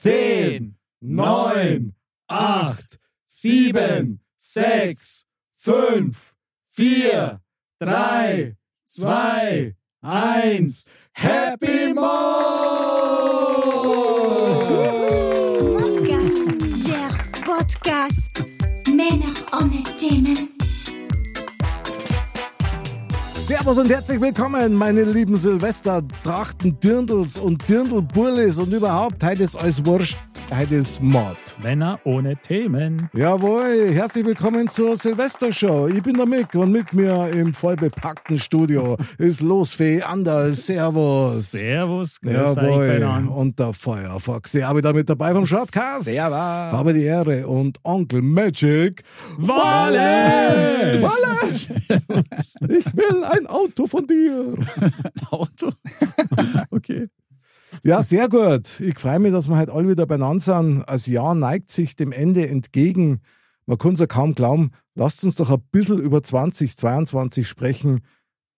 Zehn, neun, acht, sieben, sechs, fünf, vier, drei, zwei, eins. Happy Month! Modcast, der Podcast. Männer ohne Themen. Servus und herzlich willkommen, meine lieben Silvester, Trachten, Dirndls und Dirndlburlis und überhaupt, heute ist alles wurscht, heute ist Mord. Männer ohne Themen. Jawohl, herzlich willkommen zur Silvestershow. Ich bin der Mick und mit mir im vollbepackten Studio ist Losfee Anderl. Servus. Servus, grüß euch. Jawohl, beieinander. und der Feuerfoxy. Aber da mit dabei vom Shortcast. Servus. Habe die Ehre und Onkel Magic. Wallace! Wallace! Ich will ein Auto von dir. Auto. okay. Ja, sehr gut. Ich freue mich, dass wir heute alle wieder beieinander sind. Das Jahr neigt sich dem Ende entgegen. Man kann es ja kaum glauben. Lasst uns doch ein bisschen über 2022 sprechen.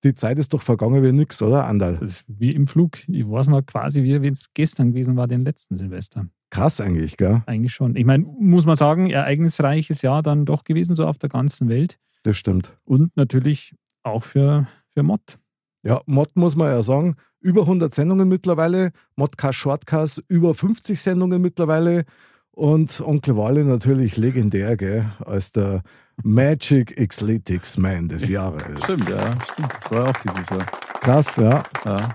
Die Zeit ist doch vergangen wie nix, oder, Andal? Das ist wie im Flug. Ich weiß noch quasi, wie wenn es gestern gewesen war, den letzten Silvester. Krass eigentlich, gell? Eigentlich schon. Ich meine, muss man sagen, ereignisreiches Jahr dann doch gewesen, so auf der ganzen Welt. Das stimmt. Und natürlich auch für, für Mod. Ja, Mod muss man ja sagen. Über 100 Sendungen mittlerweile. Modcast, Shortcast, über 50 Sendungen mittlerweile. Und Onkel Wally natürlich legendär, gell? Als der Magic Xletics Man des Jahres. Stimmt, ja. Stimmt. Das war auch dieses Jahr. Krass, ja. Ja.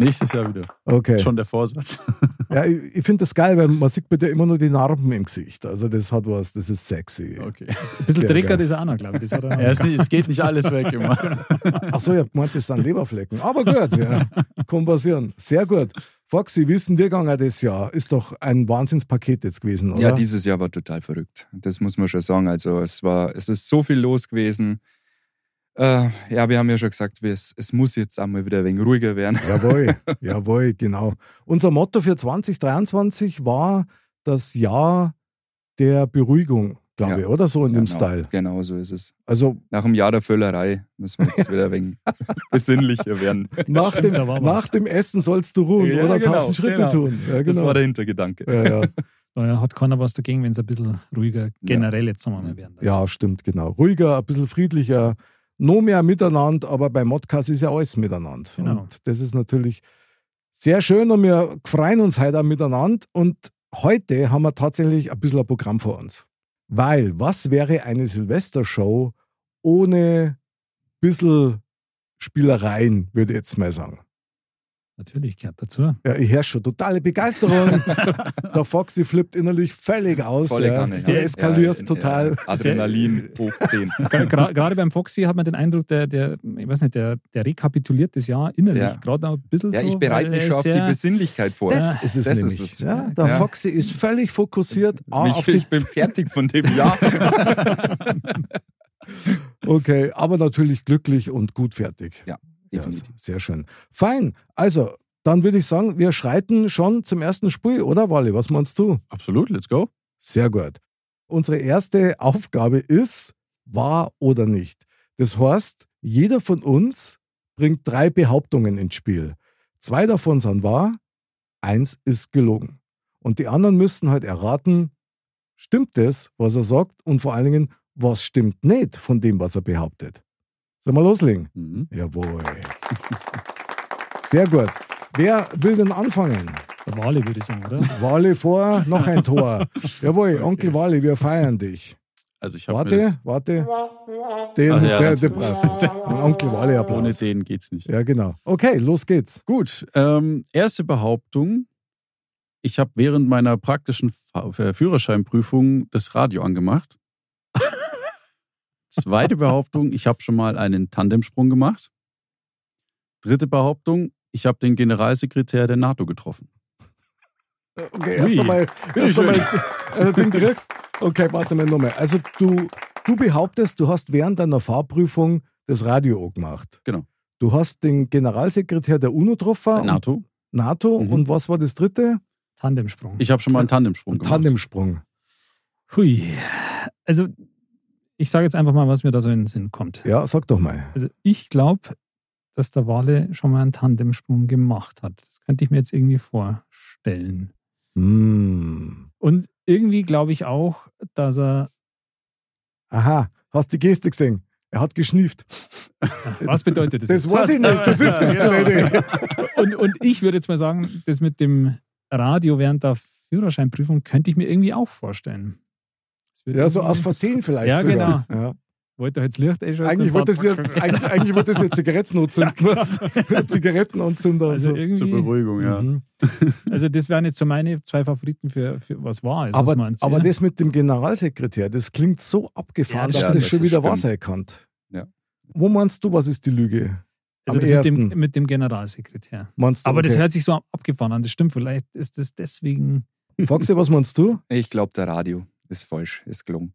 Nächstes Jahr wieder. Okay. Schon der Vorsatz. Ja, ich, ich finde das geil, weil man sieht bei dir immer nur die Narben im Gesicht. Also das hat was, das ist sexy. Okay. Ein bisschen Sehr träger geil. ist er auch noch, glaube ich. Das hat er noch Ja, es, ist nicht, es genau. geht nicht alles weg immer. Ach so, ich hab gemeint, das sind Leberflecken. Aber gut, ja, kann passieren. Sehr gut. Foxy, wie ist denn dir gegangen das Jahr? Ist doch ein Wahnsinnspaket jetzt gewesen, oder? Ja, dieses Jahr war total verrückt. Das muss man schon sagen. Also es war, es ist so viel los gewesen. Äh, ja, wir haben ja schon gesagt, wir- es, es muss jetzt einmal wieder ein wenig ruhiger werden. Jawohl, jawohl, genau. Unser Motto für 2023 war das Jahr der Beruhigung, glaube Ja. ich, oder? So in dem Genau, Style. Genau, so ist es. Also Nach einem Jahr der Völlerei müssen wir jetzt wieder ein wenig besinnlicher werden. nach dem, Stimmt, da war was. nach dem Essen sollst du ruhen Ja, oder genau, tausend Schritte genau. tun. Ja, Das genau. war der Hintergedanke. ja, ja. Da hat keiner was dagegen, wenn es ein bisschen ruhiger generell jetzt nochmal mal werden. darf. Ja, stimmt, genau. Ruhiger, ein bisschen friedlicher, no mehr miteinander, aber bei Modcast ist ja alles miteinander. Genau. Und das ist natürlich sehr schön und wir freuen uns heute auch miteinander. Und heute haben wir tatsächlich ein bisschen ein Programm vor uns. Weil, was wäre eine Silvestershow ohne bisschen Spielereien, würde ich jetzt mal sagen. Natürlich gehört dazu. Ja, ich höre schon totale Begeisterung. Der Foxy flippt innerlich völlig aus. Volle ja. Kanne. Du ja. eskalierst Ja, total. Ja, Adrenalin hoch 10. Gra- gra- Gerade beim Foxy hat man den Eindruck, der, der, ich weiß nicht, der, der rekapituliert das Jahr innerlich Ja. gerade noch ein bisschen Ja, so. ich bereite weil mich er schon auf die sehr- Besinnlichkeit vor. Das ist es Ah, das nämlich. ist es. Ja, der Ja. Foxy ist völlig fokussiert A, auf ich, die, ich bin fertig von dem Jahr. Okay, aber natürlich glücklich und gut fertig. Ja, Ja, definitiv. sehr schön. Fein. Also, dann würde ich sagen, wir schreiten schon zum ersten Spiel, oder Wally? Was meinst du? Absolut, let's go. Sehr gut. Unsere erste Aufgabe ist, wahr oder nicht. Das heißt, jeder von uns bringt drei Behauptungen ins Spiel. Zwei davon sind wahr, eins ist gelogen. Und die anderen müssen halt erraten, stimmt das, was er sagt und vor allen Dingen, was stimmt nicht von dem, was er behauptet. Sollen wir loslegen? Mhm. Jawohl. Sehr gut. Wer will denn anfangen? Der Wale würde ich sagen, oder? Wale vor, noch ein Tor. Jawohl, Onkel Wale, wir feiern dich. Also ich habe Warte, warte. Den, Ach ja, der, der, natürlich. den Onkel Wale ohne Applaus. den geht's nicht. Ja, genau. Okay, los geht's. Gut, ähm, erste Behauptung. Ich habe während meiner praktischen Fa- äh, Führerscheinprüfung das Radio angemacht. Zweite Behauptung, ich habe schon mal einen Tandemsprung gemacht. Dritte Behauptung, ich habe den Generalsekretär der NATO getroffen. Okay, erst Ui. einmal, erst schön. einmal also den kriegst. Okay, warte mal nochmal. Also du, du behauptest, du hast während deiner Fahrprüfung das Radio auch gemacht. Genau. Du hast den Generalsekretär der UNO Der getroffen, NATO. NATO Mhm. und was war das dritte? Tandemsprung. Ich habe schon mal einen Tandemsprung gemacht. Tandemsprung. Hui. Also, ich sage jetzt einfach mal, was mir da so in den Sinn kommt. Ja, sag doch mal. Also, ich glaube, dass der Wale schon mal einen Tandemsprung gemacht hat. Das könnte ich mir jetzt irgendwie vorstellen. Hm. Und irgendwie glaube ich auch, dass er. Aha, hast die Geste gesehen? Er hat geschnieft. Was bedeutet das? Das jetzt? weiß ich nicht, das ist das Ja, genau. Blöde. und, und ich würde jetzt mal sagen, das mit dem Radio während der Führerscheinprüfung könnte ich mir irgendwie auch vorstellen. Das wird Ja, so irgendwie- aus Versehen vielleicht Ja, genau. sogar. Ja. Wollte halt das Licht einschalten. Eigentlich und wollte es ja, dann- eigentlich, eigentlich wollte es ja Zigaretten anzünden. Zigarettenanzünder und genau. Also so. Zur irgendwie, Beruhigung, ja. Mhm. also das wären jetzt so meine zwei Favoriten für, für was war es, was Aber, meinst du? aber das mit dem Generalsekretär, das klingt so abgefahren, Ja, dass das das stimmt. schon Das wieder wahr stimmt. sein kann. Ja. Wo meinst du, was ist die Lüge? also am das mit, ersten. dem, mit dem Generalsekretär. Meinst du, Aber das okay. hört sich so abgefahren an, das stimmt. Vielleicht ist das deswegen. Foxy, was meinst du? Ich glaube, der Radio ist falsch, ist gelungen.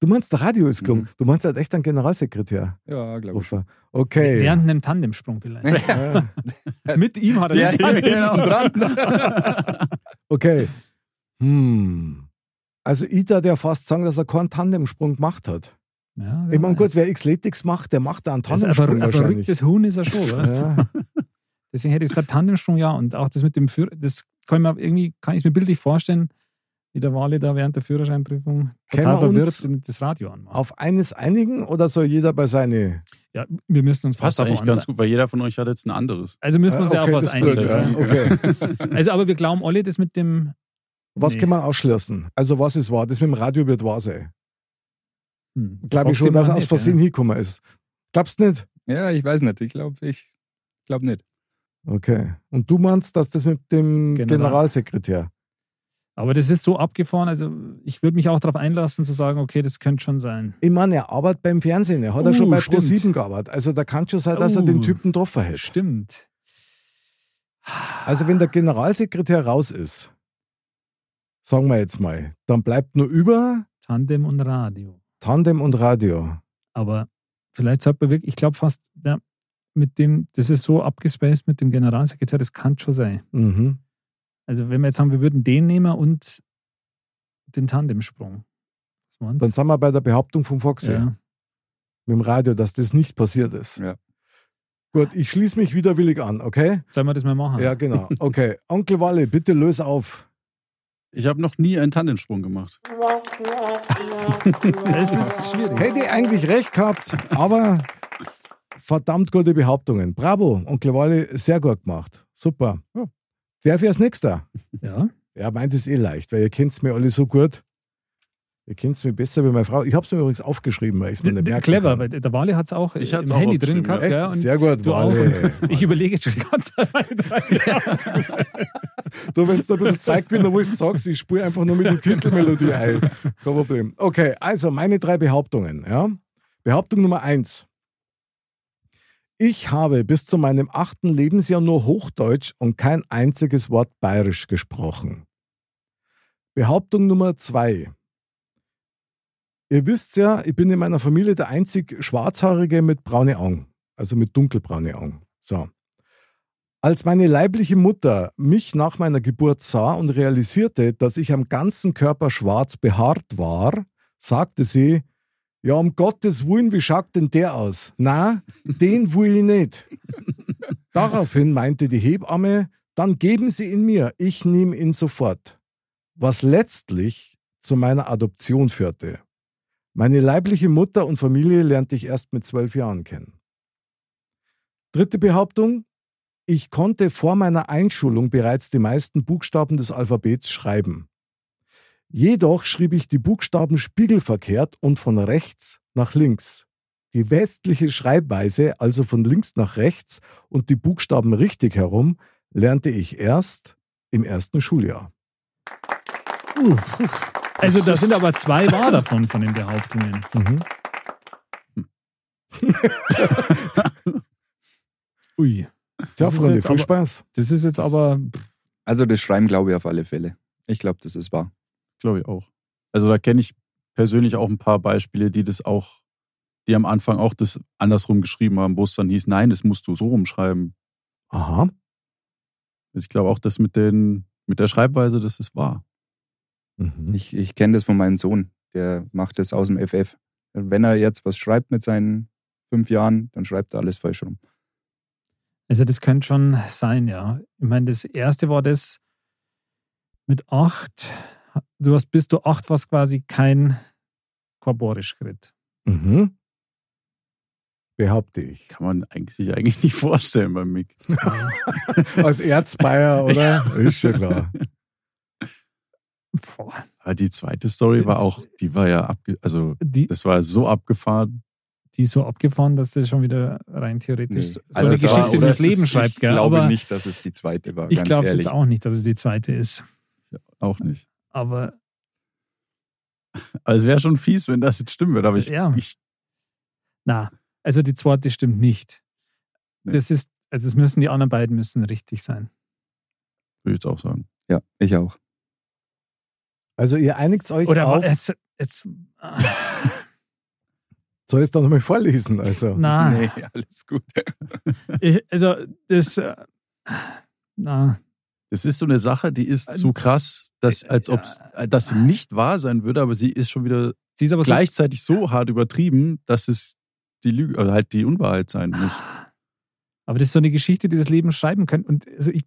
Du meinst, der Radio ist gelungen. Mhm. Du meinst halt echt einen Generalsekretär. Ja, glaube ich. Rufer. Okay. Während einem Tandemsprung vielleicht. Ja. mit ihm hat er Der den hing genau Tandemsprung. Okay. Hm. Also ich darf ja fast sagen, dass er keinen Tandemsprung gemacht hat. Ja, wer Ich meine, gut, weiß. wer Xletics macht, der macht da einen Das ist ein verrü- Tandemsprung ein wahrscheinlich. verrücktes Huhn ist er schon, weißt du? Ja. Deswegen hätte ich gesagt, Tandemsprung ja. Und auch das mit dem Führer, das kann ich mir irgendwie, kann ich mir bildlich vorstellen, wie der Wale da während der Führerscheinprüfung Können wir total verwirrt uns und das Radio anmacht. Auf eines einigen oder soll jeder bei seine? ja, wir müssen uns fast Passt eigentlich davon ganz ganz gut, weil jeder von euch hat jetzt ein anderes. Also müssen wir uns Ah, ja okay, auf was das ist blöd, einigen. ja. ne? Okay. Also, aber wir glauben alle, das mit dem, Was Nee. kann man ausschließen? Also was ist wahr? Das mit dem Radio wird wahr sein. hm, Glaube ich Foxy schon, dass er machen aus nicht, Versehen hingekommen ist. Glaubst nicht? Ja, ich weiß nicht. Ich glaube, ich glaube nicht. Okay. Und du meinst, dass das mit dem General. Generalsekretär? Ja. Aber das ist so abgefahren, also ich würde mich auch darauf einlassen, zu sagen, okay, das könnte schon sein. Ich meine, er arbeitet beim Fernsehen. Er hat ja Uh, schon bei stimmt. Pro7 gearbeitet. Also da kann schon sein, dass er Uh. den Typen drauf hätte. Stimmt. Also wenn der Generalsekretär raus ist, sagen wir jetzt mal, dann bleibt nur über Tandem und Radio. Tandem und Radio. Aber vielleicht sollte man wirklich, ich glaube fast, ja, mit dem, das ist so abgespaced mit dem Generalsekretär, das kann schon sein. Mhm. Also, wenn wir jetzt sagen, wir würden den nehmen und den Tandemsprung. Was meinst du? Dann sind wir bei der Behauptung von Foxy ja. mit dem Radio, dass das nicht passiert ist. Ja. Gut, ich schließe mich widerwillig an, okay? Sollen wir das mal machen? Ja, genau. Okay. Onkel Walle, bitte löse auf. Ich habe noch nie einen Tandemsprung gemacht. Es ist schwierig. Hätte ich eigentlich recht gehabt, aber verdammt gute Behauptungen. Bravo, Onkel Walle, sehr gut gemacht. Super. Ja. Der für das nächste. Ja. Ja, meint es eh leicht, weil ihr kennt mir alle so gut. Ihr kennt mir besser wie meine Frau. Ich habe es mir übrigens aufgeschrieben, weil ich es mir D- nicht d- merken Clever, kann. weil der Wale hat es auch Ich äh, hat's im auch Handy drin aufgeschrieben, gehabt. Echt? Ja, und sehr gut, du auch. Walle. ich überlege schon die ganze Zeit. Du, wenn du ein bisschen Zeit bin, dann wo ich sagst, ich spüre einfach nur mit der Titelmelodie ein. Kein Problem. Okay, also meine drei Behauptungen. Ja? Behauptung Nummer eins. Ich habe bis zu meinem achten Lebensjahr nur Hochdeutsch und kein einziges Wort Bayerisch gesprochen. Behauptung Nummer zwei. Ihr wisst ja, ich bin in meiner Familie der einzig Schwarzhaarige mit braune Augen. Also mit dunkelbraune Augen. So. Als meine leibliche Mutter mich nach meiner Geburt sah und realisierte, dass ich am ganzen Körper schwarz behaart war, sagte sie, ja, um Gottes Willen, wie schaut denn der aus? Na, den will ich nicht. Daraufhin meinte die Hebamme, dann geben Sie ihn mir, ich nehme ihn sofort. Was letztlich zu meiner Adoption führte. Meine leibliche Mutter und Familie lernte ich erst mit zwölf Jahren kennen. Dritte Behauptung, ich konnte vor meiner Einschulung bereits die meisten Buchstaben des Alphabets schreiben. Jedoch schrieb ich die Buchstaben spiegelverkehrt und von rechts nach links. Die westliche Schreibweise, also von links nach rechts und die Buchstaben richtig herum, lernte ich erst im ersten Schuljahr. Also, da Das sind ist- aber zwei wahr davon, von den Behauptungen. Mhm. Ui. Tja, Das ist Freunde, jetzt viel aber- Spaß. Das ist jetzt aber, pff, Also das Schreiben glaube ich auf alle Fälle. Ich glaube, das ist wahr. Glaube ich auch. Also da kenne ich persönlich auch ein paar Beispiele, die das auch, die am Anfang auch das andersrum geschrieben haben, wo es dann hieß, nein, das musst du so rumschreiben. Also Aha. Ich glaube auch, das mit den, mit der Schreibweise, das ist wahr. Mhm. Ich, ich kenne das von meinem Sohn. Der macht das aus dem FF. Wenn er jetzt was schreibt mit seinen fünf Jahren, dann schreibt er alles falsch rum. also das könnte schon sein, ja. Ich meine, das erste war das mit acht. Du hast bis du acht warst quasi kein korborisch geredet. Mhm. Behaupte ich. Kann man eigentlich, sich eigentlich nicht vorstellen beim Mick. Als Erzbayer, oder? Ist schon klar. Boah, Aber die zweite Story war auch, die war ja abge, also Die, das war so abgefahren. die ist so abgefahren, dass das schon wieder rein theoretisch Nee. so Also eine es war- Geschichte oder ins es ist- Leben schreibt, Ich gell? glaube aber nicht, dass es die zweite war, ich ganz glaube ehrlich. jetzt auch nicht, dass es die zweite ist. Auch nicht. Aber Aber es wäre schon fies, wenn das jetzt stimmen würde. Aber ich, Ja. ich Na, also die zweite stimmt nicht. Nee. Das ist, also es müssen die anderen beiden müssen richtig sein. würde jetzt auch sagen. Ja, ich auch. Also ihr einigt euch Oder wa- auf. jetzt, jetzt Soll ich es dann nochmal vorlesen? Also. na, Nee, alles gut. ich, also das, äh, na, Das ist so eine Sache, die ist Äh, so krass, dass als ob das nicht wahr sein würde, aber sie ist schon wieder sie ist aber gleichzeitig so hart übertrieben, dass es die Lüge oder halt die Unwahrheit sein so. muss. Aber das ist so eine Geschichte, die das Leben schreiben könnte. Und also ich,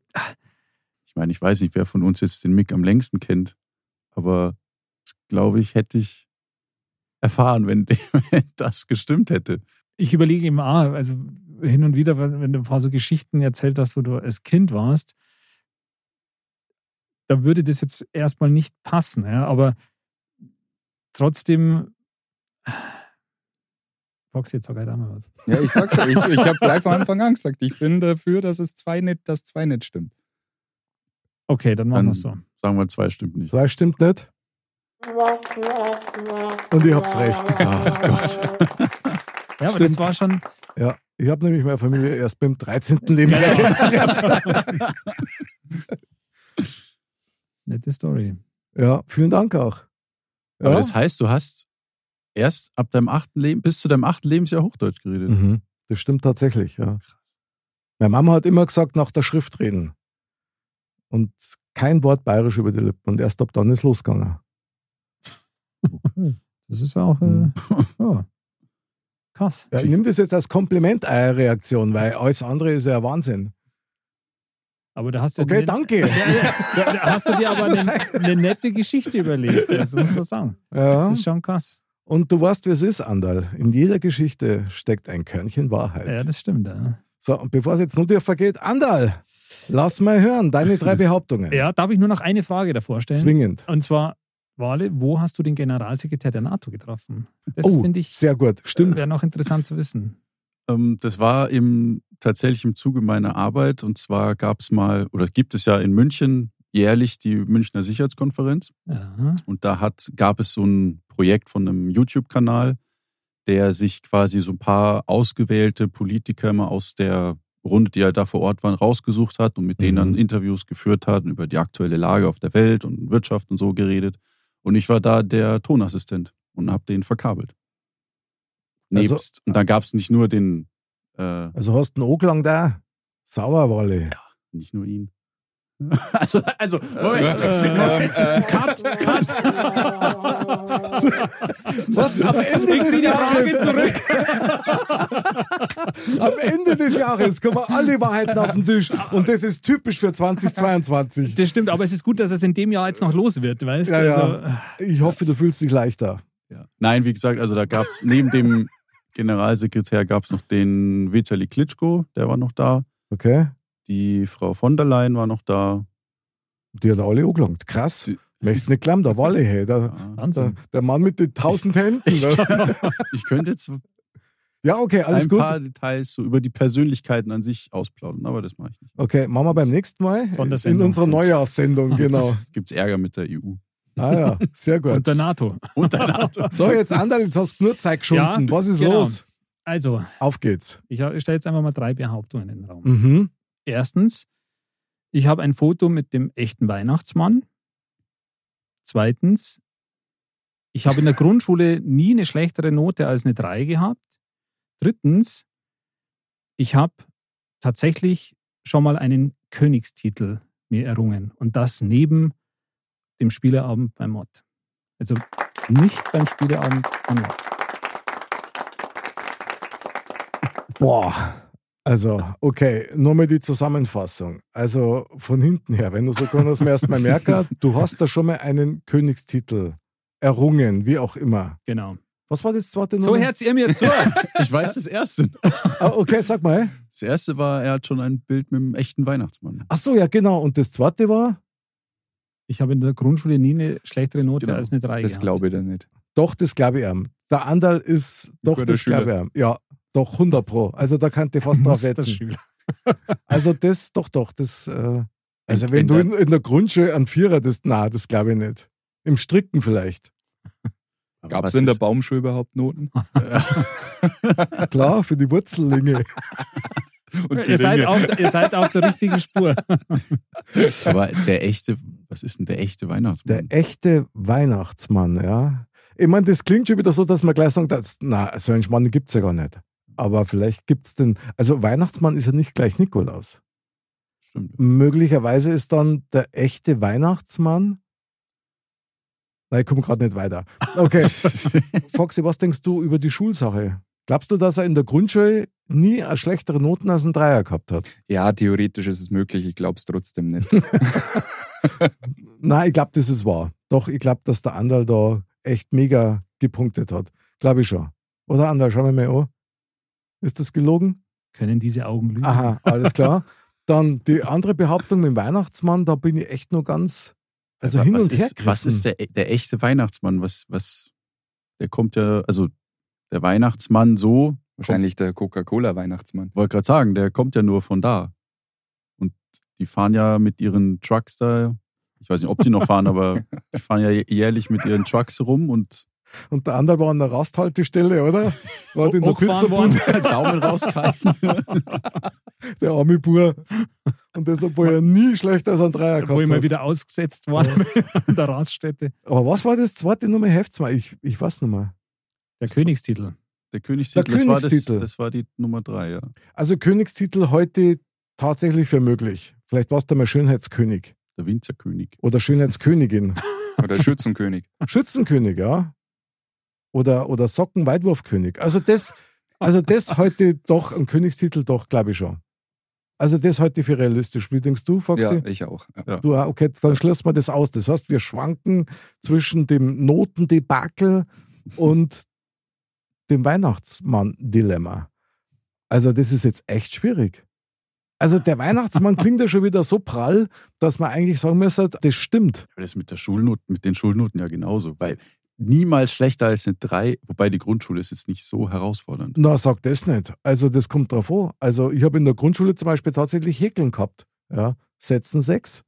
Ich meine, ich weiß nicht, wer von uns jetzt den Mick am längsten kennt, aber das, glaube ich, hätte ich erfahren, wenn, wenn das gestimmt hätte. ich überlege eben auch, also hin und wieder, wenn wenn du ein paar so Geschichten erzählt hast, wo du als Kind warst, da würde das jetzt erstmal nicht passen. Ja? Aber trotzdem. Fox, jetzt sag halt einmal was. Ja, ich sag schon, ich, ich habe gleich von Anfang an gesagt, ich bin dafür, dass es zwei nicht, dass zwei nicht stimmt. Okay, dann machen wir es so. Sagen wir, zwei stimmt nicht. Zwei stimmt nicht. Und ihr habt's recht. Ah, Gott. Ja, aber das Stimmt. war schon. Ja, ich habe nämlich meine Familie erst beim 13. Lebensjahr kennengelernt. Nette Story. Ja, vielen Dank auch. Aber Ja, das heißt, du hast erst ab deinem achten Leben, bis zu deinem achten Lebensjahr Hochdeutsch geredet. mhm. das stimmt tatsächlich. Ja. Meine Mama hat immer gesagt, nach der Schrift reden. Und kein Wort bayerisch über die Lippen. Und erst ab dann ist losgegangen. Das ist auch. Äh, Mhm. ja. Krass. Ja, ich nehme das jetzt als Kompliment eure Reaktion, weil alles andere ist ja Wahnsinn. Aber da hast du Okay, eine- danke. Ja, ja. Da, da hast du dir aber eine, eine nette Geschichte überlegt. Das muss man sagen. Ja. Das ist schon krass. Und du weißt, wie es ist, Andal. In jeder Geschichte steckt ein Körnchen Wahrheit. Ja, das stimmt. Ja. So, und bevor es jetzt nur dir vergeht, Andal, lass mal hören, deine drei Behauptungen. Ja, darf ich nur noch eine Frage davor stellen? Zwingend. Und zwar, Wale, wo hast du den Generalsekretär der NATO getroffen? Das oh, finde ich sehr gut. Stimmt. wäre noch interessant zu wissen. Ähm, das war im, tatsächlich im Zuge meiner Arbeit. Und zwar gab es mal, oder gibt es ja in München jährlich die Münchner Sicherheitskonferenz. Ja. Und da hat, gab es so ein Projekt von einem YouTube-Kanal, der sich quasi so ein paar ausgewählte Politiker immer aus der Runde, die ja da vor Ort waren, rausgesucht hat und mit denen dann Mhm. Interviews geführt hat und über die aktuelle Lage auf der Welt und Wirtschaft und so geredet. Und ich war da der Tonassistent und habe den verkabelt. Also- äh Nebst, und dann gab es nicht nur den, äh, Also hast du einen Anklang da? Sauerwolle. nicht nur ihn. also, also, Moment. Äh, äh, cut, cut! Was? Am Ende Ich zieh des die Frage Jahres. Am Ende des Jahres kommen alle Wahrheiten auf den Tisch. Und das ist typisch für 2022. Das stimmt, aber es ist gut, dass es in dem Jahr jetzt noch los wird, weißt du? Ja, ja. Also, äh, Ich hoffe, du fühlst dich leichter. Ja. Nein, wie gesagt, also da gab es neben dem Generalsekretär gab es noch den Vitali Klitschko, der war noch da. Okay? Die Frau von der Leyen war noch da. Die hat alle angelangt. Krass. Die- Möchtest nicht glauben, der Walle, hey. Der, Ja. der, Wahnsinn. der Mann mit den tausend Händen. weißt du? Ich könnte jetzt Ja, okay, alles ein gut. paar Details so über die Persönlichkeiten an sich ausplaudern, aber das mache ich nicht. Okay, machen wir beim nächsten Mal. In Sondersendung. unserer Neujahrssendung, genau. Gibt es Ärger mit der EU. Ah ja, sehr gut. Und der NATO. Und der NATO. So, jetzt Anderl, jetzt hast du nur Zeit geschunden. Ja, Was ist genau. los? Also, Auf geht's. ich stelle jetzt einfach mal drei Behauptungen in den Raum. Mhm. Erstens, ich habe ein Foto mit dem echten Weihnachtsmann. Zweitens, ich habe in der Grundschule nie eine schlechtere Note als eine 3 gehabt. Drittens, ich habe tatsächlich schon mal einen Königstitel mir errungen. Und das neben dem Spieleabend bei Mod. Also nicht beim Spieleabend bei Mod. Boah. Also, okay, nur mal die Zusammenfassung. Also von hinten her, wenn du so kannst, mir erstmal merken, du hast da schon mal einen Königstitel errungen, wie auch immer. Genau. Was war das zweite So Nummer? herz ihr mir zu. Ich weiß das erste. Ah, okay, sag mal. Das erste war, er hat schon ein Bild mit dem echten Weihnachtsmann. Ach so, ja, genau. Und das zweite war, Ich habe in der Grundschule nie eine schlechtere Note Genau, als eine 3 Das gehabt. glaube ich dir nicht. doch, das glaube ich ihm. Der Andal ist doch guter das glaube ich ihm. Ja, doch, 100 Pro. Also da kannst du fast drauf wetten. Musterschüler. Also das, doch, doch, das. Äh, also wenn du in, in der Grundschule an Vierer bist, na, das glaube ich nicht. Im Stricken vielleicht. Gab es in der Baumschule überhaupt Noten? Klar, für die Wurzellinge. Und die Ihr seid, Ringe. auf, ihr seid auf der richtigen Spur. Aber der echte, was ist denn der echte Der Weihnachtsmann? echte Weihnachtsmann, ja. Ich meine, das klingt schon wieder so, dass man gleich sagt, dass, na, so einen Schmann gibt es ja gar nicht. Aber vielleicht gibt es den. Also Weihnachtsmann ist ja nicht gleich Nikolaus. Stimmt. Möglicherweise ist dann der echte Weihnachtsmann. Nein, ich komme gerade nicht weiter. Okay. Foxy, was denkst du über die Schulsache? Glaubst du, dass er in der Grundschule nie eine schlechtere Noten als ein Dreier gehabt hat? Ja, theoretisch ist es möglich, ich glaube es trotzdem nicht. Nein, ich glaube, das ist wahr. Doch, ich glaube, dass der Andal da echt mega gepunktet hat. Glaube ich schon. Oder Andal, schau mir mal an. Ist das gelogen? Können diese Augen lügen? Aha, alles klar. Dann die andere Behauptung mit dem Weihnachtsmann, da bin ich echt nur ganz, also Wa- hin was und her ist, Was gerissen. ist der, der echte Weihnachtsmann? Was, was, der kommt ja, also der Weihnachtsmann so, Wahrscheinlich der Coca-Cola-Weihnachtsmann. wollte gerade sagen, der kommt ja nur von da. Und die fahren ja mit ihren Trucks da, ich weiß nicht, ob die noch fahren, aber die fahren ja jährlich mit ihren Trucks rum und Und der andere war an der Rasthaltestelle, oder? Gerade in der Hochgefahren Pizzabude, Daumen rauskalten. der arme Bur. Und das, obwohl er nie schlechter als ein Dreier Wo ich gehabt mal hat. wieder ausgesetzt worden bin an der Raststätte. Aber was war das zweite Nummer? Heft's mal, ich, ich weiß nicht mehr. Der So. Königstitel. Der Königstitel, Der das, war das, Königstitel. das war die Nummer drei, ja. Also Königstitel heute tatsächlich für möglich. Vielleicht warst du mal Schönheitskönig Der Winzerkönig. oder Schönheitskönigin. Oder Schützenkönig. Schützenkönig, ja. Oder, oder Sockenweitwurfkönig. Also das, also das heute doch, ein Königstitel doch, glaube ich schon. Also das heute für realistisch. Wie denkst du, Foxy? Ja, ich auch. Ja. Du, ah, okay, dann schließen wir das aus. Das heißt, wir schwanken zwischen dem Notendebakel und dem Weihnachtsmann-Dilemma. Also, das ist jetzt echt schwierig. Also, der Weihnachtsmann klingt ja schon wieder so prall, dass man eigentlich sagen müsste, das stimmt. Aber das mit der Schulnote, mit den Schulnoten ja genauso, weil niemals schlechter als eine drei, wobei die Grundschule ist jetzt nicht so herausfordernd. Na, sag das nicht. Also, das kommt drauf an. Also, ich habe in der Grundschule zum Beispiel tatsächlich Häkeln gehabt. Ja, Sätzen sechs.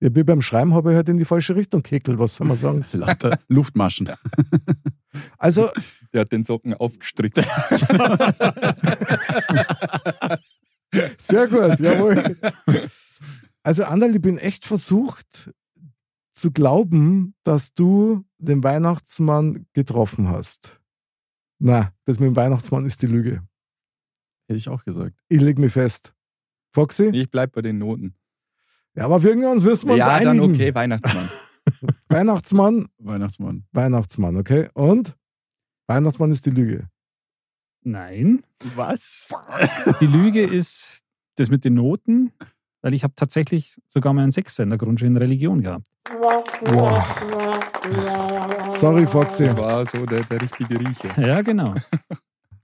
Ja, wie beim Schreiben habe ich halt in die falsche Richtung gehäkelt, was soll man sagen? Lauter Luftmaschen. Also, Der hat den Socken aufgestrickt. Sehr gut, jawohl. Also, Anderl, ich bin echt versucht zu glauben, dass du den Weihnachtsmann getroffen hast. Na, das mit dem Weihnachtsmann ist die Lüge. Hätte ich auch gesagt. Ich leg mich fest. Foxy? Ich bleib bei den Noten. Ja, aber irgendwann müssen wir uns Ja, einigen. dann okay, Weihnachtsmann. Weihnachtsmann, Weihnachtsmann. Weihnachtsmann, okay? Und? Weihnachtsmann ist die Lüge. Nein. Was? Die Lüge ist das mit den Noten, weil ich habe tatsächlich sogar mal einen Sechser in der Grundschule in Religion gehabt. Wow. Sorry, Foxy. Das war so der, der richtige Riecher. Ja, genau.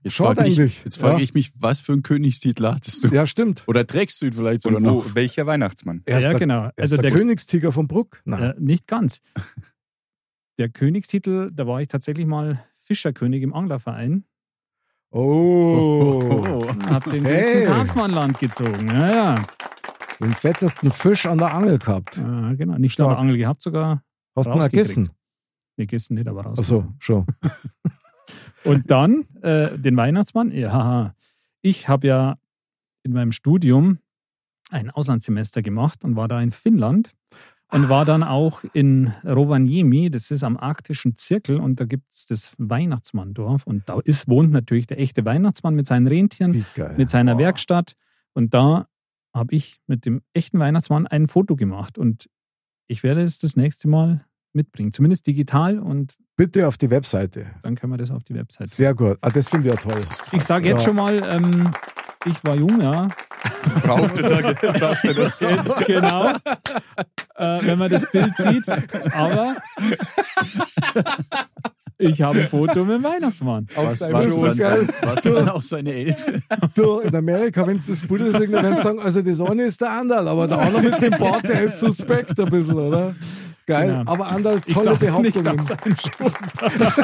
Jetzt Schaut frage ich, eigentlich, jetzt frage ja. ich mich, was für einen Königstitel hattest du? Ja, stimmt. Oder trägst du ihn vielleicht Und sogar wo, noch? welcher Weihnachtsmann? Er ist ja, der, genau. er ist Also der, der, Königstiger von Bruck? Nein. äh, nicht ganz. Der Königstitel, da war ich tatsächlich mal Fischerkönig im Anglerverein. Oh. Hab den Hey. größten Kampf an Land gezogen. Ja, ja. Den fettesten Fisch an der Angel gehabt. ja genau. Nicht Stark. nur Angel gehabt, sogar. Hast du ihn Rausgekriegt. gegessen? Nee, gestern nicht, aber raus. Achso, schon. Und dann äh, den Weihnachtsmann. Ja, haha. ich habe ja mit meinem Studium ein Auslandssemester gemacht und war da in Finnland und war dann auch in Rovaniemi, das ist am arktischen Zirkel und da gibt es das Weihnachtsmanndorf und da ist, wohnt natürlich der echte Weihnachtsmann mit seinen Rentieren Wie geil. mit seiner Wow. Werkstatt. Und da habe ich mit dem echten Weihnachtsmann ein Foto gemacht. Und ich werde es das nächste Mal mitbringen, zumindest digital. Und Bitte auf die Webseite. dann können wir das auf die Website. Sehr gut. Ah, das finde ich ja toll. Ich sage jetzt Ja. schon mal, ähm, ich war jung, ja, Brauchte da- brauchte das Geld. genau. äh, wenn man das Bild sieht. Aber ich habe ein Foto mit dem Weihnachtsmann. Auf Was, seinem was, Schoß, gell? dann, was dann auch seine Elfe? Du, in Amerika, wenn sie das Bild sehen, dann werden sie sagen, also das eine ist der Andal, aber der andere mit dem Bart, der ist suspekt ein bisschen, oder? Geil, Genau. aber Andal, Ich tolle saß nicht auf Behauptungen. seinem Schoß.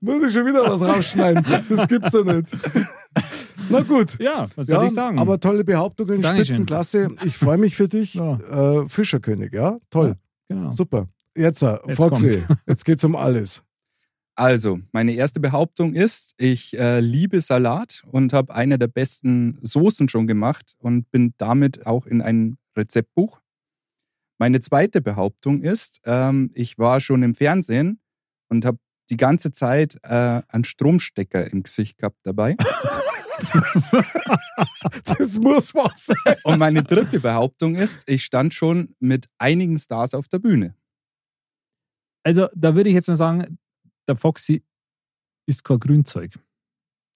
Muss ich schon wieder was rausschneiden? Das gibt's ja nicht. Na gut. Ja, was soll Ja, ich sagen? Aber tolle Behauptungen, Dankeschön. Spitzenklasse. Ich freue mich für dich. Ja. Äh, Fischerkönig, ja? Toll, genau. super. Jetzt, äh, Jetzt Foxy, jetzt geht's um alles. Also, meine erste Behauptung ist, ich äh, liebe Salat und habe eine der besten Soßen schon gemacht und bin damit auch in ein Rezeptbuch. Meine zweite Behauptung ist, ähm, ich war schon im Fernsehen und habe die ganze Zeit äh, einen Stromstecker im Gesicht gehabt dabei. Das muss was sein. Und meine dritte Behauptung ist, ich stand schon mit einigen Stars auf der Bühne. Also, da würde ich jetzt mal sagen, der Foxy isst kein Grünzeug.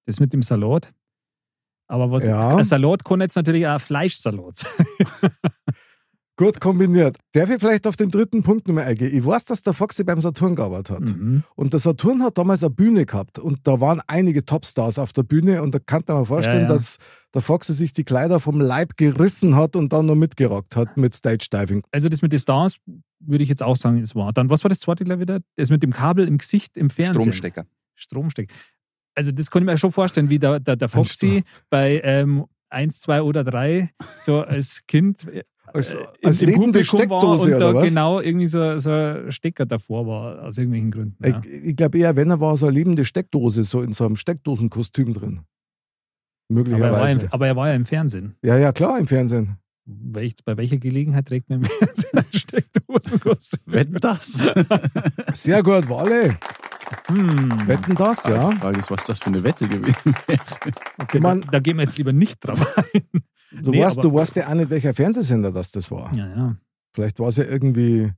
Das mit dem Salat. Aber was Ja. ein Salat kann jetzt natürlich auch ein Fleischsalat sein. Gut kombiniert. Darf ich vielleicht auf den dritten Punkt nochmal eingehen? Ich weiß, dass der Foxy beim Saturn gearbeitet hat. Mhm. Und der Saturn hat damals eine Bühne gehabt und da waren einige Topstars auf der Bühne und da kann man mir vorstellen, Ja, ja. dass der Foxy sich die Kleider vom Leib gerissen hat und dann noch mitgerockt hat mit Stage Diving. Also, das mit den Stars würde ich jetzt auch sagen, es war. Dann, was war das zweite gleich wieder? Das mit dem Kabel im Gesicht im Fernsehen. Stromstecker. Stromsteck. Also, das kann ich mir schon vorstellen, wie der, der, der Foxy bei ähm, 1, 2 oder 3 so als Kind äh, Als, äh, im- als im lebende Publikum war Steckdose und da oder was? genau irgendwie so, so ein Stecker davor war, aus irgendwelchen Gründen. Ja. Ich, ich glaube eher, wenn er war, so eine lebende Steckdose, so in so einem Steckdosenkostüm drin. Aber er, war Möglicherweise. im, aber er war ja im Fernsehen. ja, ja, klar, im Fernsehen. Welch, bei welcher Gelegenheit trägt man im Fernsehen ein Steckdosenkostüm? Wetten das? Sehr gut, Wale. Hm. Wetten das, ja? Die Frage ist, was das für eine Wette gewesen wäre. Okay, da, man- da gehen wir jetzt lieber nicht drauf ein. Du, Nee, weißt, aber- du weißt ja auch nicht, welcher Fernsehsender das, das war. Ja, ja. Vielleicht war es ja irgendwie.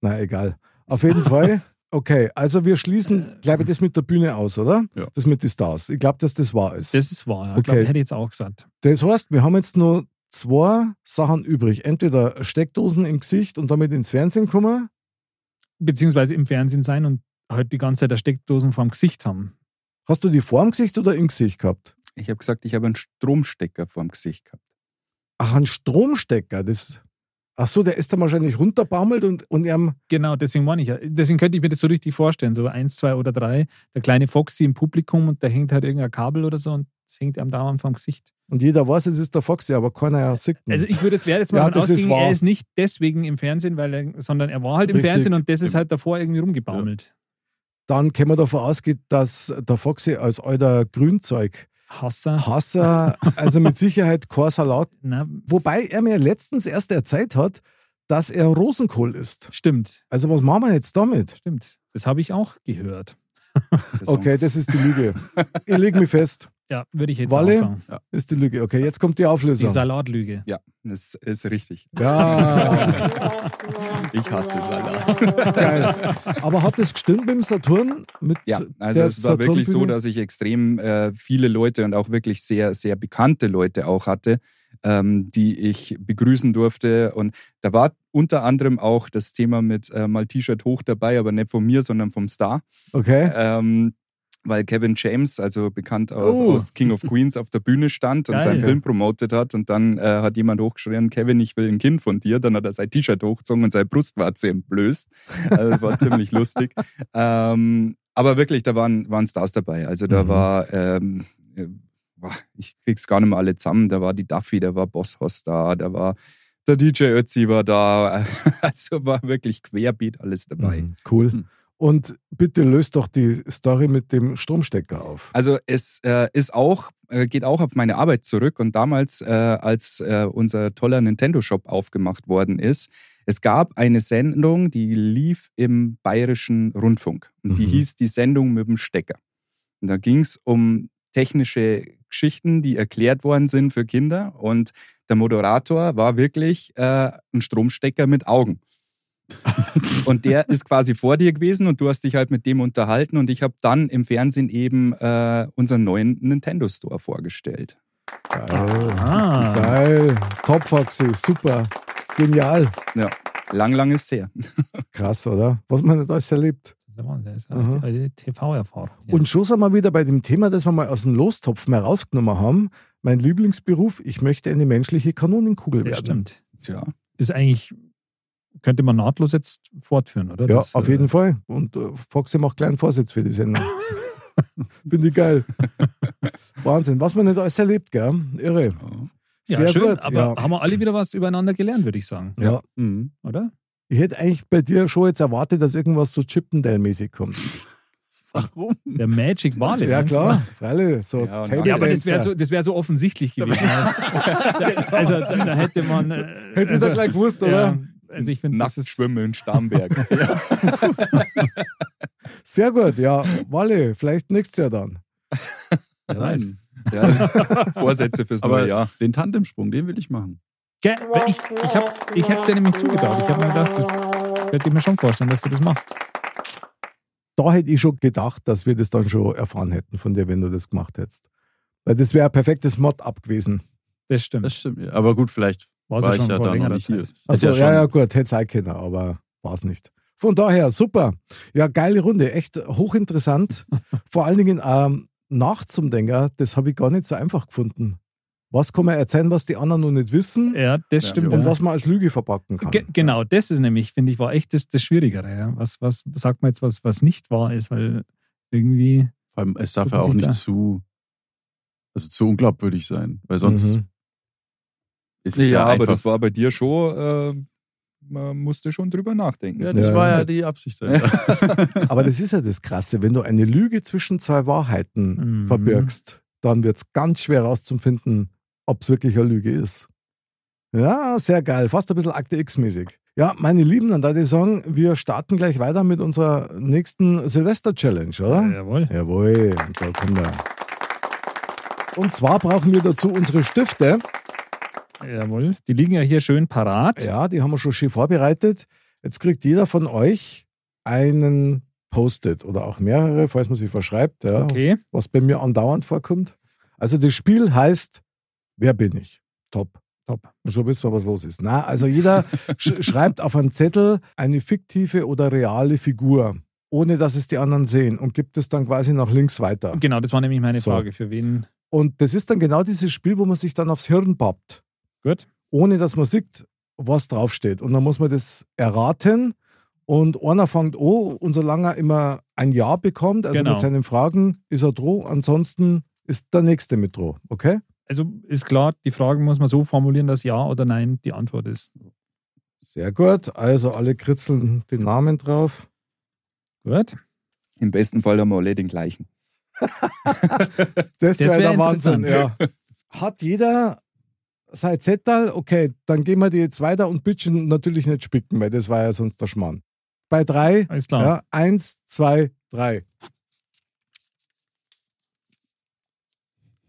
Na, egal. Auf jeden Fall. Okay, also wir Äh. schließen, glaube ich, das mit der Bühne aus, oder? Ja. Das mit den Stars. Ich glaube, dass das wahr ist. Das, Das ist wahr. Ja. Ich Okay. glaube, hätte ich jetzt auch gesagt. heißt, wir haben jetzt nur zwei Sachen übrig. Entweder Steckdosen im Gesicht und damit ins Fernsehen kommen. Beziehungsweise im Fernsehen sein und halt die ganze Zeit der Steckdosen vorm Gesicht haben. Hast du die vor dem Gesicht oder im Gesicht gehabt? Ich habe gesagt, ich habe einen Stromstecker vorm Gesicht gehabt. Ach, ein Stromstecker. Das. Ach so, der ist dann wahrscheinlich runterbaumelt und, und er. Genau, deswegen meine ich ja. Deswegen könnte ich mir das so richtig vorstellen. So eins, zwei oder drei, der kleine Foxy im Publikum und da hängt halt irgendein Kabel oder so und das hängt am Daumen vom Gesicht. Und jeder weiß, es ist der Foxy, aber keiner ja sieht ihn. Also ich würde jetzt, wäre jetzt mal Hm. Ja, davon das ist ausgehen, wahr. er ist nicht deswegen im Fernsehen, weil er, sondern er war halt im Richtig. Fernsehen und das ist halt davor irgendwie rumgebaumelt. Dann können wir davon ausgehen, dass der Foxy als alter Grünzeug Hasser. Hasser, also mit Sicherheit kein Salat. Na, Wobei er mir letztens erst erzählt hat, dass er Rosenkohl isst. stimmt, Also was machen wir jetzt damit? stimmt. Das habe ich auch gehört. Das war- Okay, das ist die Lüge. Ich leg mich fest. Ja, würde ich jetzt Walle? Also. auch sagen. Ist die Lüge. Okay, jetzt kommt die Die Auflösung. Salatlüge. Ja, das ist richtig. Ja, Ich hasse Salat. geil. Aber hat das gestimmt mit dem Saturn? Mit Ja, also der es war wirklich so, Saturnbühne? dass ich extrem äh, viele Leute und auch wirklich sehr, sehr bekannte Leute auch hatte, ähm, die ich begrüßen durfte. Und da war unter anderem auch das Thema mit äh, mal T-Shirt hoch dabei, aber nicht von mir, sondern vom Star. Äh, Okay. Ähm, weil Kevin James, also bekannt au- Oh. aus King of Queens, auf der Bühne stand und Geil. seinen Film promotet hat. Und dann äh, hat jemand hochgeschrien, Kevin, ich will ein Kind von dir. Dann hat er sein T-Shirt hochgezogen und seine Brust war entblößt. Also das war ziemlich lustig. Ähm, aber wirklich, da waren, waren Stars dabei. Also da Mhm. war, ähm, äh, boah, ich krieg's gar nicht mehr alle zusammen, da war die Duffy, da war Boss Hoss da, da war der DJ Ötzi war da. Also war wirklich querbeet alles dabei. Hm. Mhm, cool. Und bitte löst doch die Story mit dem Stromstecker auf. Also es äh, ist auch, äh, geht auch auf meine Arbeit zurück und damals, äh, als äh, unser toller Nintendo-Shop aufgemacht worden ist, es gab eine Sendung, die lief im bayerischen Rundfunk und die Mhm. hieß die Sendung mit dem Stecker. Und da ging es um technische Geschichten, die erklärt worden sind für Kinder und der Moderator war wirklich äh, ein Stromstecker mit Augen. Und der ist quasi vor dir gewesen und du hast dich halt mit dem unterhalten und ich habe dann im Fernsehen eben äh, unseren neuen Nintendo Store vorgestellt. Geil. Ah, Geil. Top Foxy. Super. Genial. Lang, lang ist her. Krass, oder? Was man nicht alles erlebt. das ist der Wahnsinn. Das ist Aha. eine alte TV-Erfahrung. Ja. Mhm. Und schon sind wir wieder bei dem Thema, das wir mal aus dem Lostopf mehr rausgenommen haben. Mein Lieblingsberuf, ich möchte eine menschliche Kanonenkugel das werden. stimmt. Tja. Ist eigentlich, könnte man nahtlos jetzt fortführen, oder? Ja, Das, auf äh, jeden Fall. Und äh, Foxy macht kleinen Vorsitz für die Sendung. Finde ich geil. Wahnsinn, was man nicht alles erlebt, gell? Irre. Ja, Sehr schön, gut. aber ja. haben wir alle wieder was übereinander gelernt, würde ich sagen, Ja. Mhm. oder? Ich hätte eigentlich bei dir schon jetzt erwartet, dass irgendwas so Chippendale-mäßig kommt. Warum? Der Magic Wale. ja, meinst du? klar. Freilich, so Ja, und- Table Ja, aber das wäre Dancer. so, das wär so offensichtlich gewesen. also, da, da hätte man. Äh, Hätte ich also, da gleich gewusst, oder? ja, also, ich finde, das ist. Nacktschwimmen in Starnberg. Sehr gut, ja. Walle, vielleicht nächstes Jahr dann. wer weiß. Nein. ja. Vorsätze fürs Aber neue Jahr. den Tandemsprung, den will ich machen. Gell, weil Ich, ich, hab- ich hätte es dir nämlich zugetraut. Ich habe mir gedacht, das könnte ich mir schon vorstellen, dass du das machst. da hätte ich schon gedacht, dass wir das dann schon erfahren hätten von dir, wenn du das gemacht hättest. Weil das wäre ein perfektes Mod-Up gewesen. Das stimmt. Das stimmt. ja. Aber gut, vielleicht War's war ich ja vor da noch längerer nicht hier. Zeit. Hätte Also ja, schon- ja, gut, hätte sein können, aber war es nicht. Von daher, super. Ja, geile Runde, echt hochinteressant. Vor allen Dingen ähm, nachzumdenken, das habe ich gar nicht so einfach gefunden. Was kann man erzählen, was die anderen noch nicht wissen Ja, das Ja. stimmt. und Äh, ja. was man als Lüge verpacken kann? Ge genau, das ist nämlich, finde ich, war echt das, das Schwierigere. Ja. Was, was sagt man jetzt, was, was nicht wahr ist, weil irgendwie. Vor allem, es darf Guck ja mal, auch sieht nicht da. zu, also zu unglaubwürdig sein, weil sonst Mhm. ist Ja, es ja, aber einfach- das war bei dir schon, äh, man musste schon drüber nachdenken. halt Ja, das Ja. war ja die Absicht. Aber das ist ja das Krasse, wenn du eine Lüge zwischen zwei Wahrheiten Mhm. verbirgst, dann wird es ganz schwer rauszufinden, ob es wirklich eine Lüge ist. Ja, sehr geil. Fast ein bisschen Akte X-mäßig. Ja, meine Lieben, dann darf ich sagen, wir starten gleich weiter mit unserer nächsten Silvester-Challenge, oder? jawohl. Jawohl, da kommt er. Und zwar brauchen wir dazu unsere Stifte. Jawohl. Die liegen ja hier schön parat. Ja, die haben wir schon schön vorbereitet. Jetzt kriegt jeder von euch einen Post-it oder auch mehrere, falls man sie verschreibt. Ja. Okay. was bei mir andauernd vorkommt. Also das Spiel heißt Wer bin ich? Top. Top. Und schon wissen wir, was los ist. Na, also jeder sch schreibt auf einen Zettel eine fiktive oder reale Figur, ohne dass es die anderen sehen und gibt es dann quasi nach links weiter. Genau, das war nämlich meine So. Frage. Für wen? Und das ist dann genau dieses Spiel, wo man sich dann aufs Hirn pappt, Gut. ohne dass man sieht, was draufsteht. Und dann muss man das erraten. Und einer fängt an, und solange er immer ein Ja bekommt, also Genau. mit seinen Fragen, ist er droh. Ansonsten ist der Nächste mit droh. Okay? Also ist klar, die Fragen muss man so formulieren, dass Ja oder Nein die Antwort ist. Sehr gut. Also alle kritzeln den Namen drauf. Gut. Im besten Fall haben wir alle den gleichen. Das, Das wäre wär der Wahnsinn, ja. interessant. Hat jeder sein Zettel? Okay, dann gehen wir die jetzt weiter und bitchen natürlich nicht spicken, weil das war ja sonst der Schmarrn. Bei drei, Alles klar. Genau. ja, eins, zwei, drei.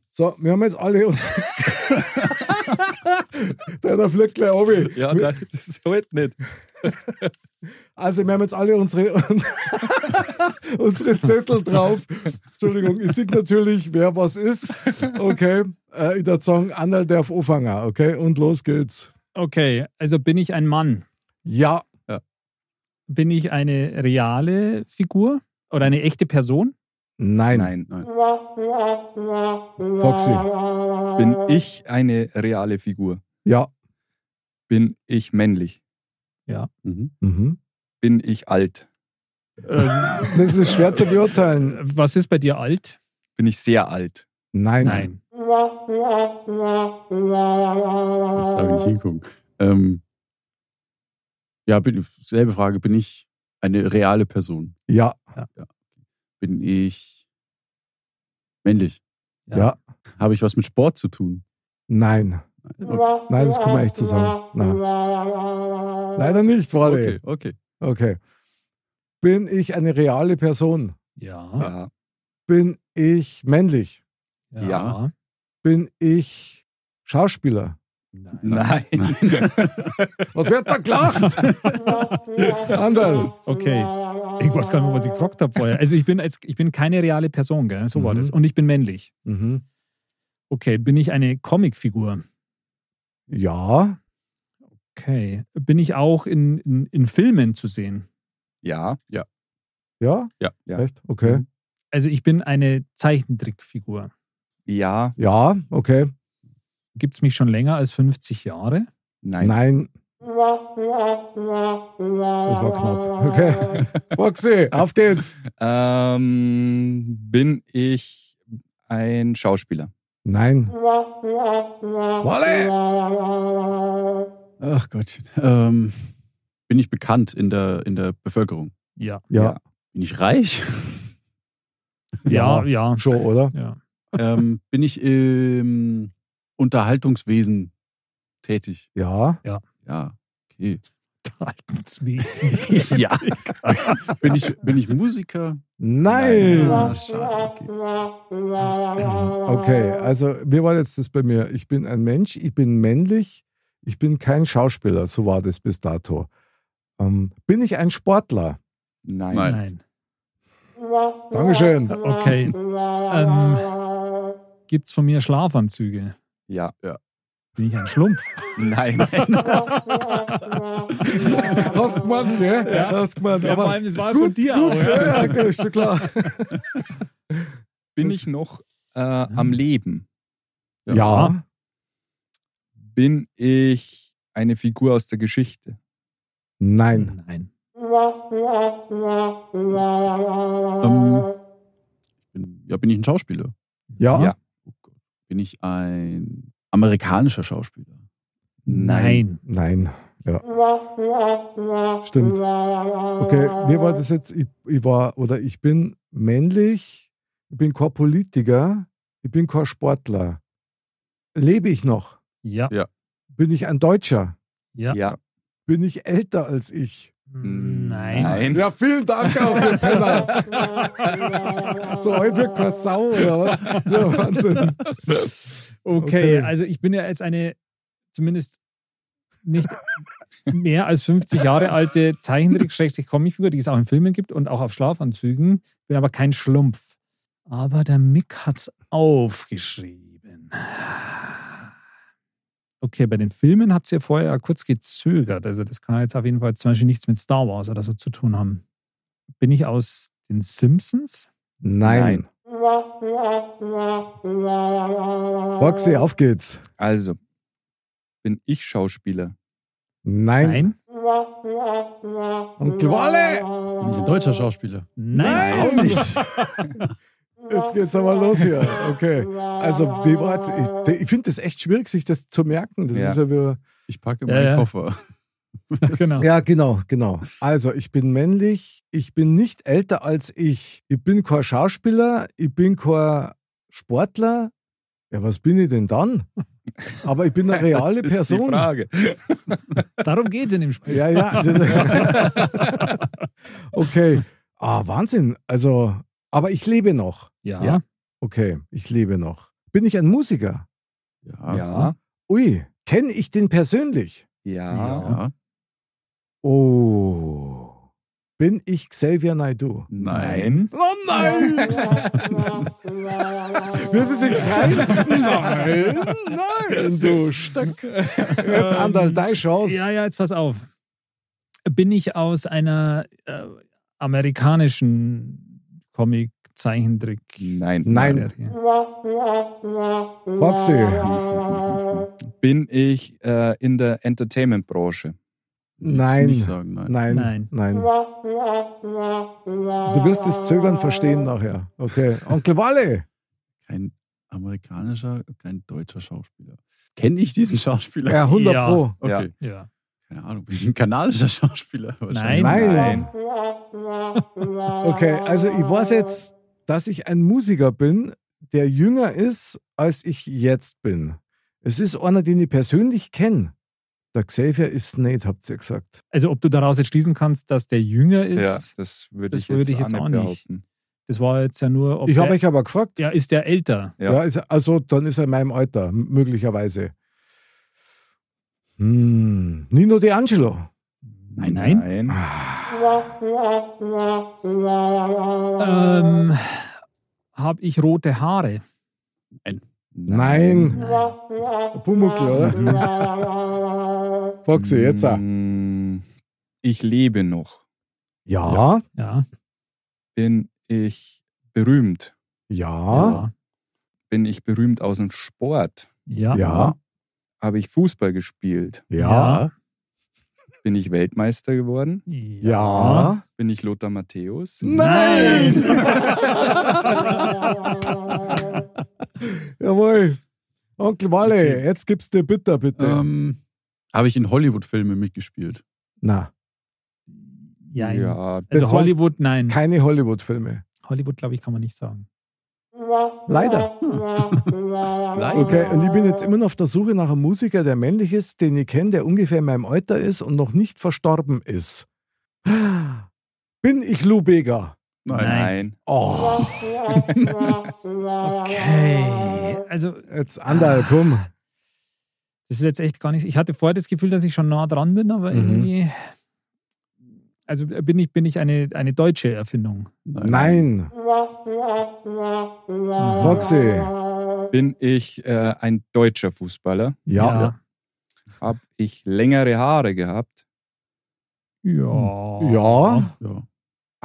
So, wir haben jetzt alle uns. der fliegt gleich runter. Ja, nein, das halt nicht. Also wir haben jetzt alle unsere, unsere Zettel drauf. Entschuldigung, ich sehe natürlich, wer was ist. Okay, äh, ich würde sagen, Anderl darf anfangen, okay? Und los geht's. Okay, also bin ich ein Mann? Ja, Bin ich eine reale Figur oder eine echte Person? nein, Nein, nein. Foxy. Bin ich eine reale Figur? Ja, Bin ich männlich? Mhm. mhm. Bin ich alt? Ähm, das ist schwer zu beurteilen. was ist bei dir alt? Bin ich sehr alt? Nein, Das darf ich nicht hingucken. Ähm, ja, bin, selbe Frage. Bin ich Eine reale Person. Ja, Bin ich männlich? ja. Ja. Habe ich was mit Sport zu tun? Nein. Okay. Nein, das kommen wir echt zusammen. Nein. Leider nicht, Okay, Wally. okay. Okay. Bin ich eine reale Person? Ja. Ja. Bin ich männlich? Ja. Ja. Bin ich Schauspieler? Nein. Nein. Was wird da gelacht? Anderl. Okay. Ich weiß gar nicht mehr, was ich gefragt habe vorher. Also ich bin, als, ich bin keine reale Person, gell? So war Mhm. das. Und ich bin männlich. Mhm. Okay, bin ich eine Comicfigur? Ja, Okay. Bin ich auch in, in, in Filmen zu sehen? Ja. ja, Ja, Mhm. Ja. recht, okay. Also ich bin eine Zeichentrickfigur. Ja. Ja, okay. Gibt es mich schon länger als 50 Jahre? Nein. Nein. Das war knapp. Okay. Foxy, auf geht's. Ähm, bin ich ein Schauspieler? Nein. Wally! Ach Gott. Ähm, bin ich bekannt in der, in der Bevölkerung? Ja. Ja, Bin ich reich? Ja, ja. schon, oder? Ja. ähm, bin ich im Unterhaltungswesen tätig? Ja. Ja, okay. Verhaltenswesen. Ja. bin, ich, bin ich Musiker? Nein. Ah, schade, Okay, okay. also wie war jetzt das bei mir? Ich bin ein Mensch, ich bin männlich, ich bin kein Schauspieler, so war das bis dato. Ähm, bin ich ein Sportler? Nein. Nein. Nein. Dankeschön. Okay. Ähm, Gibt es von mir Schlafanzüge? Ja. Bin ich ein Schlumpf? Nein. Hast du gemeint, gell? Ja. Hast du gemeint. Ja, vor Aber allem, das war gut, von dir gut, auch. Ja, Ja. ja, okay, ist schon klar. Bin ich noch äh, Hm. am Leben? Ja. Bin ich eine Figur aus der Geschichte? Nein. Nein. Ähm, bin, ja, bin ich ein Schauspieler? Ja. Ja. Oh Gott. Bin ich ein amerikanischer Schauspieler? Nein. Nein. Ja. Stimmt. Okay, mir war das jetzt, ich, ich war oder ich bin männlich, ich bin kein Politiker, ich bin kein Sportler. Lebe ich noch? Ja. Bin ich ein Deutscher? Ja. Ja. Bin ich älter als ich? Nein. Nein. Ja, vielen Dank auch, ihr Penner. So, heute wird keine Sau, oder was? Ja, Wahnsinn. Okay, Okay. also ich bin ja jetzt eine zumindest nicht mehr als 50 Jahre alte Zeichentrick-Comicfigur, die es auch in Filmen gibt und auch auf Schlafanzügen. Bin aber kein Schlumpf. Aber der Mick hat's aufgeschrieben. Okay, bei den Filmen habt ihr vorher kurz gezögert. Also das kann jetzt auf jeden Fall zum Beispiel nichts mit Star Wars oder so zu tun haben. Bin ich aus den Simpsons? Nein. Boxy, auf geht's. Also, bin ich Schauspieler? Nein. Onkel Walle! Bin ich ein deutscher Schauspieler? Nein. Auch nicht. Jetzt geht's aber los hier. Okay. Also, wie war's? Ich, ich finde das echt schwierig, sich das zu merken. Das Ja. ist ja wie, Ich packe Ja, meinen ja. Koffer. Genau. Ja, genau, genau. Also, ich bin männlich, ich bin nicht älter als ich. Ich bin kein Schauspieler, ich bin kein Sportler. Ja, was bin ich denn dann? Aber ich bin eine Das reale ist Die Person. Frage. Darum geht es in dem Spiel. Ja, ja. Das, okay. Ah, Wahnsinn. Also, aber ich lebe noch. Ja. Ja. Okay, ich lebe noch. Bin ich ein Musiker? Ja. Ja. Ui, kenne ich den persönlich? Ja. Ja. Oh. Bin ich Xavier Naidoo? Nein. Oh nein! Wirst du sich freien? Nein, nein, du Stück. Jetzt Andal, deine Chance. Ja, ja, jetzt pass auf. Bin ich aus einer äh, amerikanischen Comic-Zeichentrick? Nein. Nein, Foxy. Bin ich äh, in der Entertainment-Branche? Würdest du Nein. Nicht sagen, nein. Nein, nein, Nein. Du wirst das Zögern verstehen nachher. Okay. Onkel Walle. Kein amerikanischer, kein deutscher Schauspieler. Kenne ich diesen Schauspieler? Ja, 100 Ja. Pro. Okay. Ja. keine Ahnung, bin ich ein kanadischer Schauspieler wahrscheinlich. Nein. Nein. Okay, also ich weiß jetzt, dass ich ein Musiker bin, der jünger ist, als ich jetzt bin. Es ist einer, den ich persönlich kenne. Der Xavier ist nicht, habt ihr gesagt. Also ob du daraus jetzt schließen kannst, dass der jünger ist, Ja, das würde das ich, würde jetzt ich jetzt auch auch nicht nicht. behaupten. das war jetzt ja nur, ob Ich habe der, euch aber gefragt. ja, ist der älter? Ja. Ja. ist, also dann ist er in meinem Alter, m- möglicherweise. Hm, Nino Ah, De Angelo. Nein, nein. Ähm, habe ich rote Haare? Nein. Pumuckl, oder? Foxy, jetzt Hm. auch. Mm, Ich lebe noch. Ja, Ja. Bin ich berühmt? ja, Bin ich berühmt aus dem Sport? Ja. ja, Habe ich Fußball gespielt? ja, Bin ich Weltmeister geworden? Ja. ja. Bin ich Lothar Matthäus? Nein! Jawohl. Onkel Walle, jetzt gib's dir bitter, bitte. Ähm, Habe ich in Hollywood-Filmen mitgespielt? Na, Jein. Ja, Also Das war- Hollywood, nein. keine Hollywood-Filme. Hollywood, glaube ich, kann man nicht sagen. Leider. Nein. Okay, und ich bin jetzt immer noch auf der Suche nach einem Musiker, der männlich ist, den ich kenne, der ungefähr in meinem Alter ist und noch nicht verstorben ist. Bin ich Lou Bega? Nein. nein. Oh, Okay. Also, jetzt Andal, komm. das ist jetzt echt gar nichts. Ich hatte vorher das Gefühl, dass ich schon nah dran bin, aber Mhm. irgendwie. Also bin ich, bin ich eine, eine deutsche Erfindung. Nein. Roxy. Bin ich äh, ein deutscher Fußballer? Ja. Habe ich längere Haare gehabt? Ja. Ja. Ja. Ja.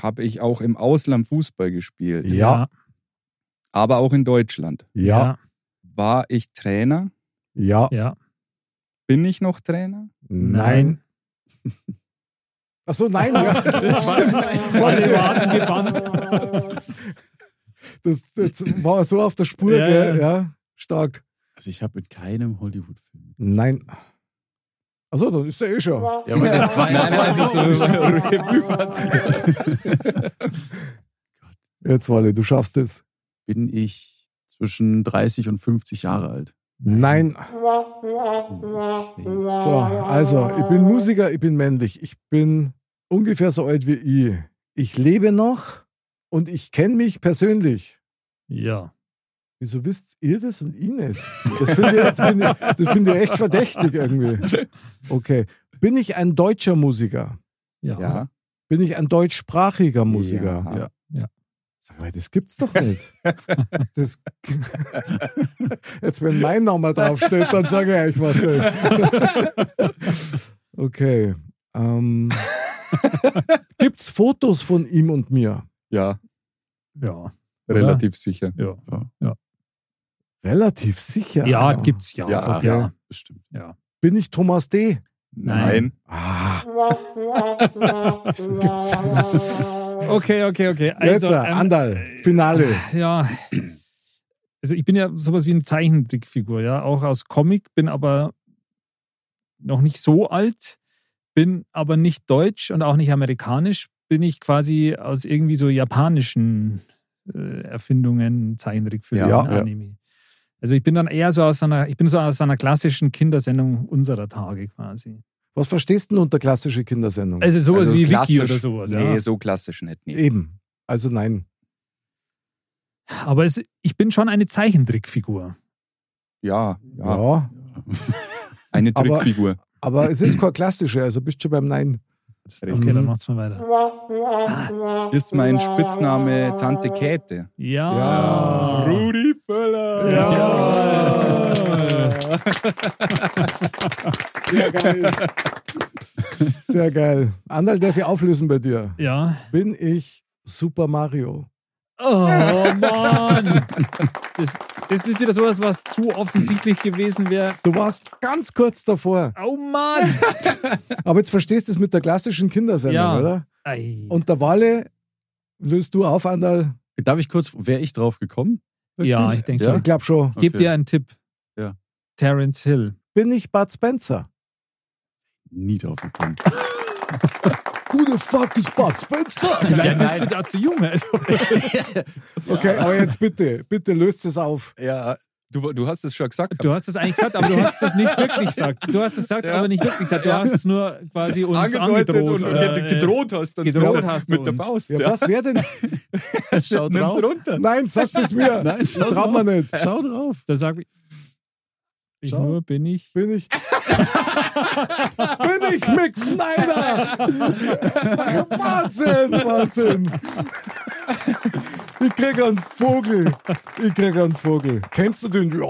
Habe ich auch im Ausland Fußball gespielt? Ja. Ja. Aber auch in Deutschland. Ja. War ich Trainer? Ja. Ja. Bin ich noch Trainer? Nein. Ach so, nein. Ja. Das Alle stimmt. Foxy, Waden gebannt. Das, das war so auf der Spur, Ja, gell? Ja, stark. Also ich habe in keinem Hollywood-Film. Nein. Achso, dann ist er eh schon. Ja, aber das war Nein, nein, das Jetzt, Walle, du schaffst es. Bin ich zwischen 30 und 50 Jahre alt? Oh, Nein. So, also, ich bin Musiker, ich bin männlich. Ich bin ungefähr so alt wie ich. Ich lebe noch und ich kenne mich persönlich. Ja. Wieso wisst ihr das und ich nicht? Das finde ich, das finde ich, das finde ich echt verdächtig irgendwie. Okay. Bin ich ein deutscher Musiker? Ja. Ja. Bin ich ein deutschsprachiger Musiker? Ja. Ja. Sag mal, das gibt's doch nicht. Das Jetzt, wenn mein Name draufsteht, dann sage ich euch was. ey. Okay. Ähm, gibt's Fotos von ihm und mir? Ja, Ja. relativ sicher. Ja. Relativ sicher. Ja, gibt's ja. Ja, Okay. ja. Bestimmt. Bin ich Thomas D.? Nein. Ah. Das gibt's ja nicht. Okay, okay, okay. Jetzt, äh, Also, ähm, Andal, Finale. ja. Also ich bin ja sowas wie eine Zeichentrickfigur, ja, auch aus Comic, bin aber noch nicht so alt, bin aber nicht deutsch und auch nicht amerikanisch, bin ich quasi aus irgendwie so japanischen äh, Erfindungen, Zeichentrickfilmen, Ja, ja. Anime. Also ich bin dann eher so aus einer, ich bin so aus einer klassischen Kindersendung unserer Tage quasi. Was verstehst du denn unter klassische Kindersendung? Also sowas Also wie klassisch- Wiki oder sowas. ja. Nee, so klassisch nicht. Nee. Eben. Also nein. Aber es, ich bin schon eine Zeichentrickfigur. Ja, ja, Ja. Eine Aber- Trickfigur. Aber es ist keine klassische, also bist du schon beim Nein. Okay, Mhm. dann macht's mal weiter. Ist mein Spitzname Tante Käthe? Ja. Rudi Völler! Ja. Sehr geil. Sehr geil. Andal darf ich auflösen bei dir. Ja. Bin ich Super Mario? Oh Mann. Das, das ist wieder sowas, was zu offensichtlich gewesen wäre. Du warst ganz kurz davor. Oh Mann. Aber jetzt verstehst du es mit der klassischen Kindersendung, Ja. oder? Ei. Und der Walle löst du auf, Andal? Darf ich kurz, wäre ich drauf gekommen? Ja, ich denke Ich glaube schon. Ich gebe Okay. dir einen Tipp. Ja. Terence Hill. Bin ich Bud Spencer? nie drauf gekommen. Who the fuck is Bud Spencer? Vielleicht bist du da zu jung. Also. Okay, aber jetzt bitte, bitte löst es auf. Ja, Du, du hast es schon gesagt. Du hast es eigentlich gesagt, aber du hast es nicht wirklich gesagt. Du hast es gesagt, aber nicht wirklich gesagt. Du hast es nur quasi uns angedeutet angedroht. und, oder, und äh, gedroht hast. uns gedroht mit, der- hast du mit der uns. Faust. Ja, was wäre denn? schau Nimm's drauf. runter. Nein, sagt es mir. Nein, schau Traut man drauf. nicht. Schau drauf. Da sag ich, ich Schau. nur bin ich. Bin ich. Bin ich Mick Schneider! Wahnsinn, Wahnsinn! Ich krieg einen Vogel. Ich krieg einen Vogel. Kennst du den? Ja.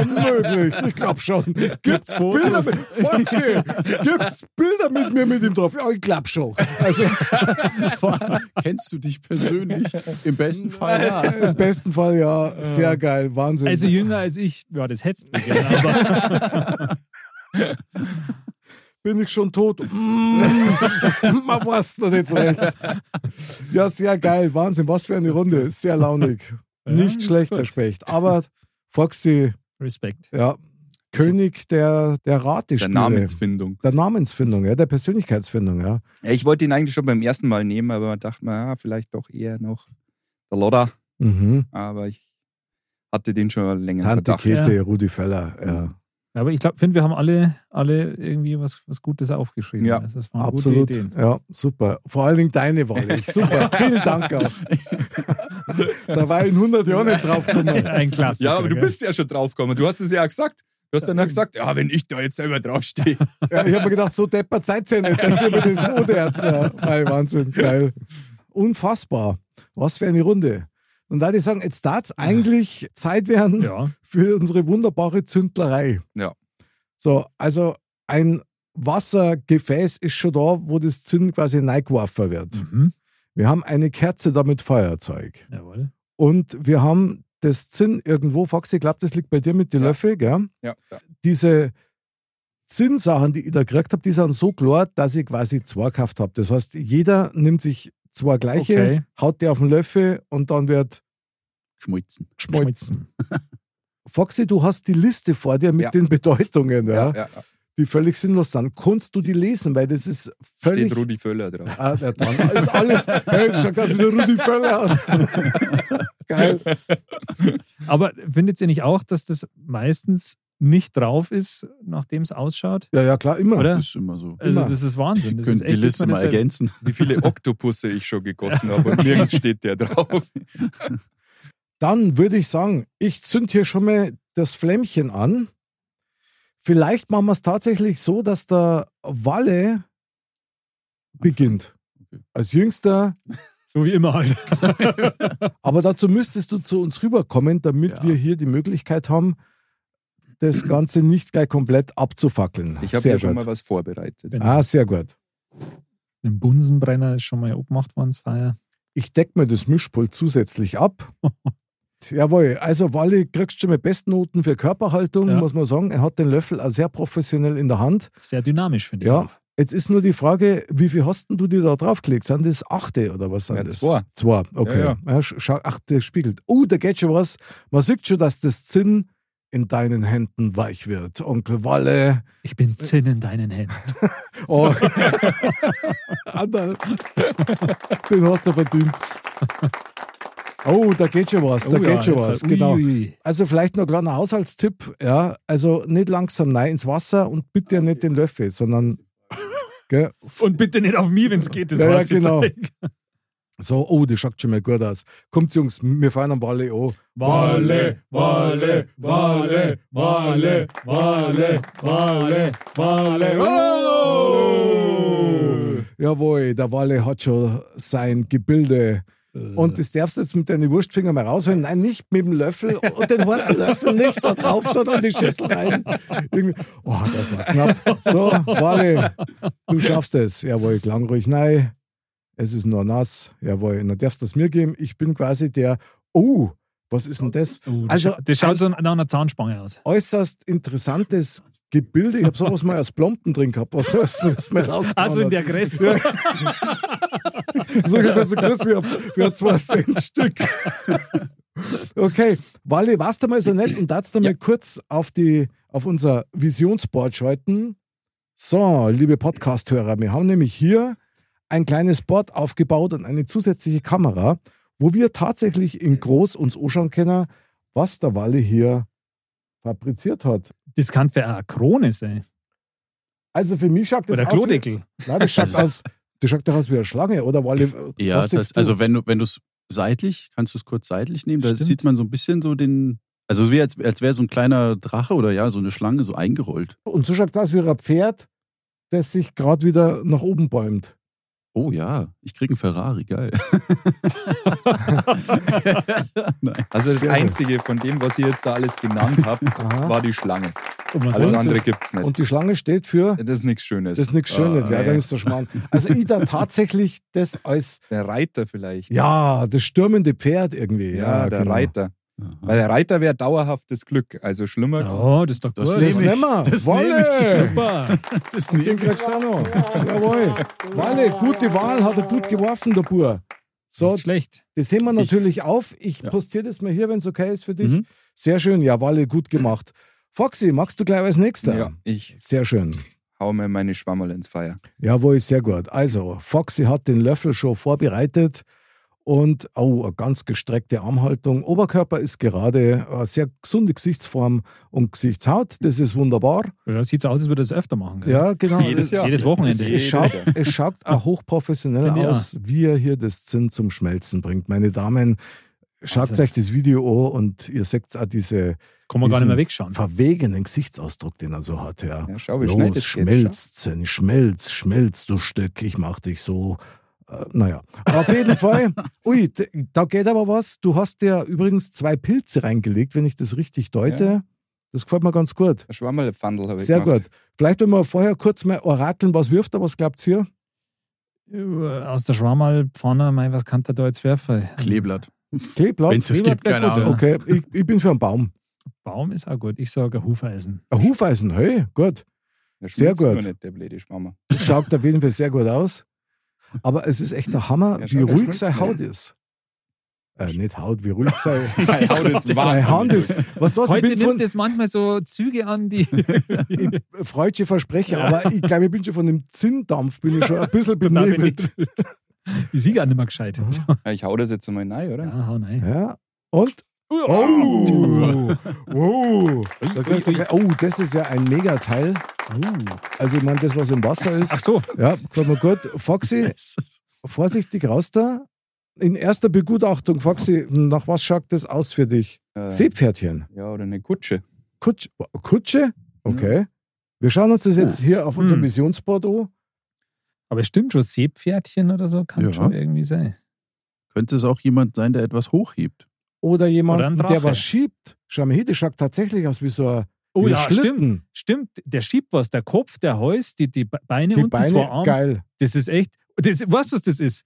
Unmöglich. Ich glaub schon. Gibt's Bilder mit, Foxy, gibt's Bilder mit mir mit ihm drauf? Ja, ich glaub schon. Also, Vor allem, kennst du dich persönlich? Im besten Fall ja. im besten Fall ja. Sehr geil. Wahnsinn. Also jünger als ich. Ja, das hättest du gerne, aber bin ich schon tot. Mm, Man weiß noch nicht so recht. Ja, sehr geil. Wahnsinn, was für eine Runde. Sehr launig. Ja, Nicht ist schlecht, gut. der Specht. Aber Foxy, Respekt. ja, König der, der Der Ratespiele. Namensfindung. Der Namensfindung, ja, der Persönlichkeitsfindung, ja. Ja, ich wollte ihn eigentlich schon beim ersten Mal nehmen, aber man dachte mir, ah, vielleicht doch eher noch der Lodder. Mhm. Aber ich hatte den schon länger im Tante Verdacht. Käthe, Rudi Feller, Mhm. ja. Aber ich glaube, finde, wir haben alle, alle irgendwie was, was Gutes aufgeschrieben. Ja, also das waren Absolut. gute Ideen. Ja, super. Vor allen Dingen deine Wahl. ist Super. Vielen Dank auch. da war ich in 100 Jahren nicht drauf gekommen. Ein Klassiker. Ja, aber du gell? bist ja schon draufgekommen. Du hast es ja auch gesagt. Du hast dann auch gesagt, ja, wenn ich da jetzt selber draufstehe. Ja, ich habe mir gedacht, so deppert seid ihr nicht, dass ihr mir das so derz. Ja, mein Wahnsinn, geil. Unfassbar. Was für eine Runde. Und da die sagen, jetzt darf es eigentlich Zeit werden Ja, für unsere wunderbare Zündlerei. Ja. So, also ein Wassergefäß ist schon da, wo das Zünd quasi reingeworfen wird. mhm. Wir haben eine Kerze da mit Feuerzeug. jawohl. Und wir haben das Zinn irgendwo, Foxy, ich glaube, das liegt bei dir mit den Ja. Löffeln, gell? Ja, ja. diese Zinnsachen, die ich da gekriegt habe, die sind so klar, dass ich quasi zwei gekauft habe. Das heißt, jeder nimmt sich zwei gleiche, Okay. haut die auf den Löffel und dann wird Schmutzen. geschmolzen. Foxy, du hast die Liste vor dir mit Ja. den Bedeutungen, ja, Ja, ja, ja. die völlig sinnlos sind. Kannst du die lesen? Weil das ist völlig. Steht Rudi Völler drauf. Ah, der Mann, ist alles. Hey, schon ganz wieder Rudi Völler. hat. Geil. Aber findet ihr nicht auch, dass das meistens nicht drauf ist, nachdem es ausschaut? Ja, ja, klar, immer. Oder? Das ist immer so. Also Immer. das ist Wahnsinn. Das halt Könnt ist echt die Liste nicht mal mal dasselbe. ergänzen. Wie viele Oktopusse ich schon gegossen habe und nirgends steht der drauf. Dann würde ich sagen, ich zünd hier schon mal das Flämmchen an. Vielleicht machen wir es tatsächlich so, dass der Walle beginnt. Als Jüngster. So wie immer halt. Aber dazu müsstest du zu uns rüberkommen, damit Ja. wir hier die Möglichkeit haben, das Ganze nicht gleich komplett abzufackeln. Ich habe sehr ja schon mal gut. was vorbereitet. was- Ah, sehr gut. Ein Bunsenbrenner ist schon mal abgemacht worden, das Feier. Ich decke mir das Mischpult zusätzlich ab. Jawohl, also Walle kriegst schon mal Bestnoten für Körperhaltung, Ja. muss man sagen. Er hat den Löffel auch sehr professionell in der Hand. Sehr dynamisch, finde ich. Ja. auch. Jetzt ist nur die Frage, wie viel hast denn du dir da draufgelegt? Sind das achte oder was sind Ja, das? zwei. Zwei, okay. Ja, Ja, sch- schau, achte spiegelt. Oh, da geht schon was. Man sieht schon, dass das Zinn in deinen Händen weich wird. Onkel Walle. Ich bin Zinn in deinen Händen. Oh. Anderl. Ah, Den hast du verdient. Oh, da geht schon was, da Oh geht ja, schon jetzt- was, ui, genau. ui. Also vielleicht noch ein kleiner Haushaltstipp, ja, also nicht langsam nein ins Wasser und Ah, bitte nicht den Löffel, sondern gell, Und bitte nicht auf mich, wenn es geht. Das Ja, ja, war's jetzt genau. eigentlich. So, oh, das schaut schon mal gut aus. Kommt, Jungs, wir fahren am Walle an. Walle, Walle, Walle, Walle, Walle, Walle, Walle. Oh! Jawohl, der Walle hat schon sein Gebilde. Äh. Und das darfst du jetzt mit deinen Wurstfingern mal rausholen. Nein, nicht mit dem Löffel und den heißen Löffel nicht da drauf, sondern die Schüssel rein. Irgendwie. Oh, das war knapp. So, Walle, du schaffst es. Jawohl, klang ruhig nein. Es ist nur nass. Jawohl, dann darfst du es mir geben. Ich bin quasi der, oh, was ist denn das? Oh, das, Also, scha das schaut so nach einer Zahnspange aus. äußerst interessantes Gebilde. Ich habe sowas mal als Plomben drin gehabt, was was mir das mal raus. Also in der Gräse. Ja. So ungefähr so groß wie ein, wie ein 2 Cent Stück. Okay, Walle, warst du mal so nett und darfst du mal kurz auf, die, auf unser Visionsboard schalten? So, liebe Podcast-Hörer, wir haben nämlich hier ein kleines Board aufgebaut und eine zusätzliche Kamera, wo wir tatsächlich in groß uns anschauen können, was der Walle hier fabriziert hat. Das kann für eine Krone sein. Also für mich schaut das Oder ein aus wie- Klodeckel. Nein, das schaut aus, das schaut doch aus wie eine Schlange, oder Walle? Ja, was das, tippst du? also wenn du wenn du es seitlich, kannst du es kurz seitlich nehmen, da Stimmt. sieht man so ein bisschen so den, also wie als, als wäre so ein kleiner Drache oder ja, so eine Schlange so eingerollt. Und so schaut das aus wie ein Pferd, das sich gerade wieder nach oben bäumt. Oh ja, ich krieg einen Ferrari, geil. Nein. Also das Sehr gut. Einzige von dem, was ihr jetzt da alles genannt habt, Aha. war die Schlange. Und man Also Alles ist sagt, andere das- gibt's nicht. Und die Schlange steht für, das ist nichts Schönes. das ist nichts Schönes, Ah, ja, nee. dann ist der Schmarrn. Also ich da tatsächlich das als, Der Reiter vielleicht. ja, das stürmende Pferd irgendwie. Ja, Ja, der genau. Reiter. Weil der Reiter wäre dauerhaftes Glück. Also schlimmer. ja, das ist doch gut. Das Das nehme ich. nehmen wir. Das Walle! Super. Das Den kriegst du auch noch. Jawohl. Walle, gute Wahl, hat er gut geworfen, der Bur. So, Nicht schlecht. das sehen wir natürlich auf. Ich Ja. postiere das mal hier, wenn es okay ist für dich. Mhm. Sehr schön, ja, Walle, gut gemacht. Foxy, machst du gleich als nächster? Ja, ich Sehr schön. hau mir meine Schwammerl ins Feuer. Jawohl, sehr gut. Also, Foxy hat den Löffel schon vorbereitet und oh, eine ganz gestreckte Armhaltung. Oberkörper ist gerade, eine sehr gesunde Gesichtsform und Gesichtshaut. Das ist wunderbar. Ja, sieht so aus, als würde er das öfter machen. Gell? Ja, genau. Jedes Jahr. Jedes Wochenende. Es, Jedes es, schaut, Jahr. es schaut auch hochprofessionell Finde ich aus, wie er hier das Zinn zum Schmelzen bringt. Meine Damen, schaut Wahnsinn. euch das Video an und ihr seht auch diese Kann man gar nicht diesen mehr wegschauen. verwegenen Gesichtsausdruck, den er so hat. Ja. Ja, schau, wie schnell Los, das geht. Schau. schmelz, Zinn, schmelz, schmelz, du Stück, ich mach dich so. Äh, naja, auf jeden Fall. Ui, d- da geht aber was. Du hast ja übrigens zwei Pilze reingelegt, wenn ich das richtig deute. Ja. Das gefällt mir ganz gut. Ein Schwammerl-Pfandl habe ich Sehr gemacht. gut. Vielleicht, wenn wir vorher kurz mal orakeln, was wirft er, was glaubt ihr? Äh, Aus der Schwammerl, Pfanne, mein, was kann der da jetzt werfen? Kleeblatt. Kleeblatt? Wenn's das Kleeblatt gibt, keine wär gut. Ahnung. Okay, ich, ich bin für einen Baum. Baum ist auch gut. Ich sage ein Hufeisen. Ein Hufeisen, hey, gut. Sehr Der schmilzt nur gut. Nicht, der blöde Schwammerl. Das Schaut auf jeden Fall sehr gut aus. Aber es ist echt der Hammer, Ja, wie schau, der ruhig seine schmilzt Haut ist. Äh, nicht Haut, wie ruhig sei. Meine Haut ist seine Hand wahnsinnig ist. Was du hast, ich Heute bin nimmt von es manchmal so Züge an, die. freudsche Versprecher, aber ich glaube, ich bin schon von dem Zinndampf, bin ich schon ein bisschen benebelt. ich Die Sieger auch nicht mehr gescheit. Ja, Ich hau das jetzt einmal rein, oder? Ja, hau nein. Ja. Und? Oh! Wow. Da kriegt er- Oh, das ist ja ein Megateil. Oh. Also, ich meine, das, was im Wasser ist. Ach so, Ja, gefällt mir gut. Foxy, vorsichtig raus da. In erster Begutachtung, Foxy, nach was schaut das aus für dich? Äh, Seepferdchen. Ja, oder eine Kutsche. Kutsch, Kutsche? Okay. Wir schauen uns das jetzt hier auf unserem Hm. Visionsboard an. aber es stimmt schon, Seepferdchen oder so kann Ja. schon irgendwie sein. Könnte es auch jemand sein, der etwas hochhebt? Oder Oder ein jemand, Drache. Oh der was schiebt. Schau mal hier, das schaut tatsächlich aus wie so ein wie ein Schlitten. Stimmt, der schiebt was, der Kopf, der Hals, die, die Be- Beine Die unten, zwei Beine, Arme. geil. Das ist echt, das, weißt du, was das ist?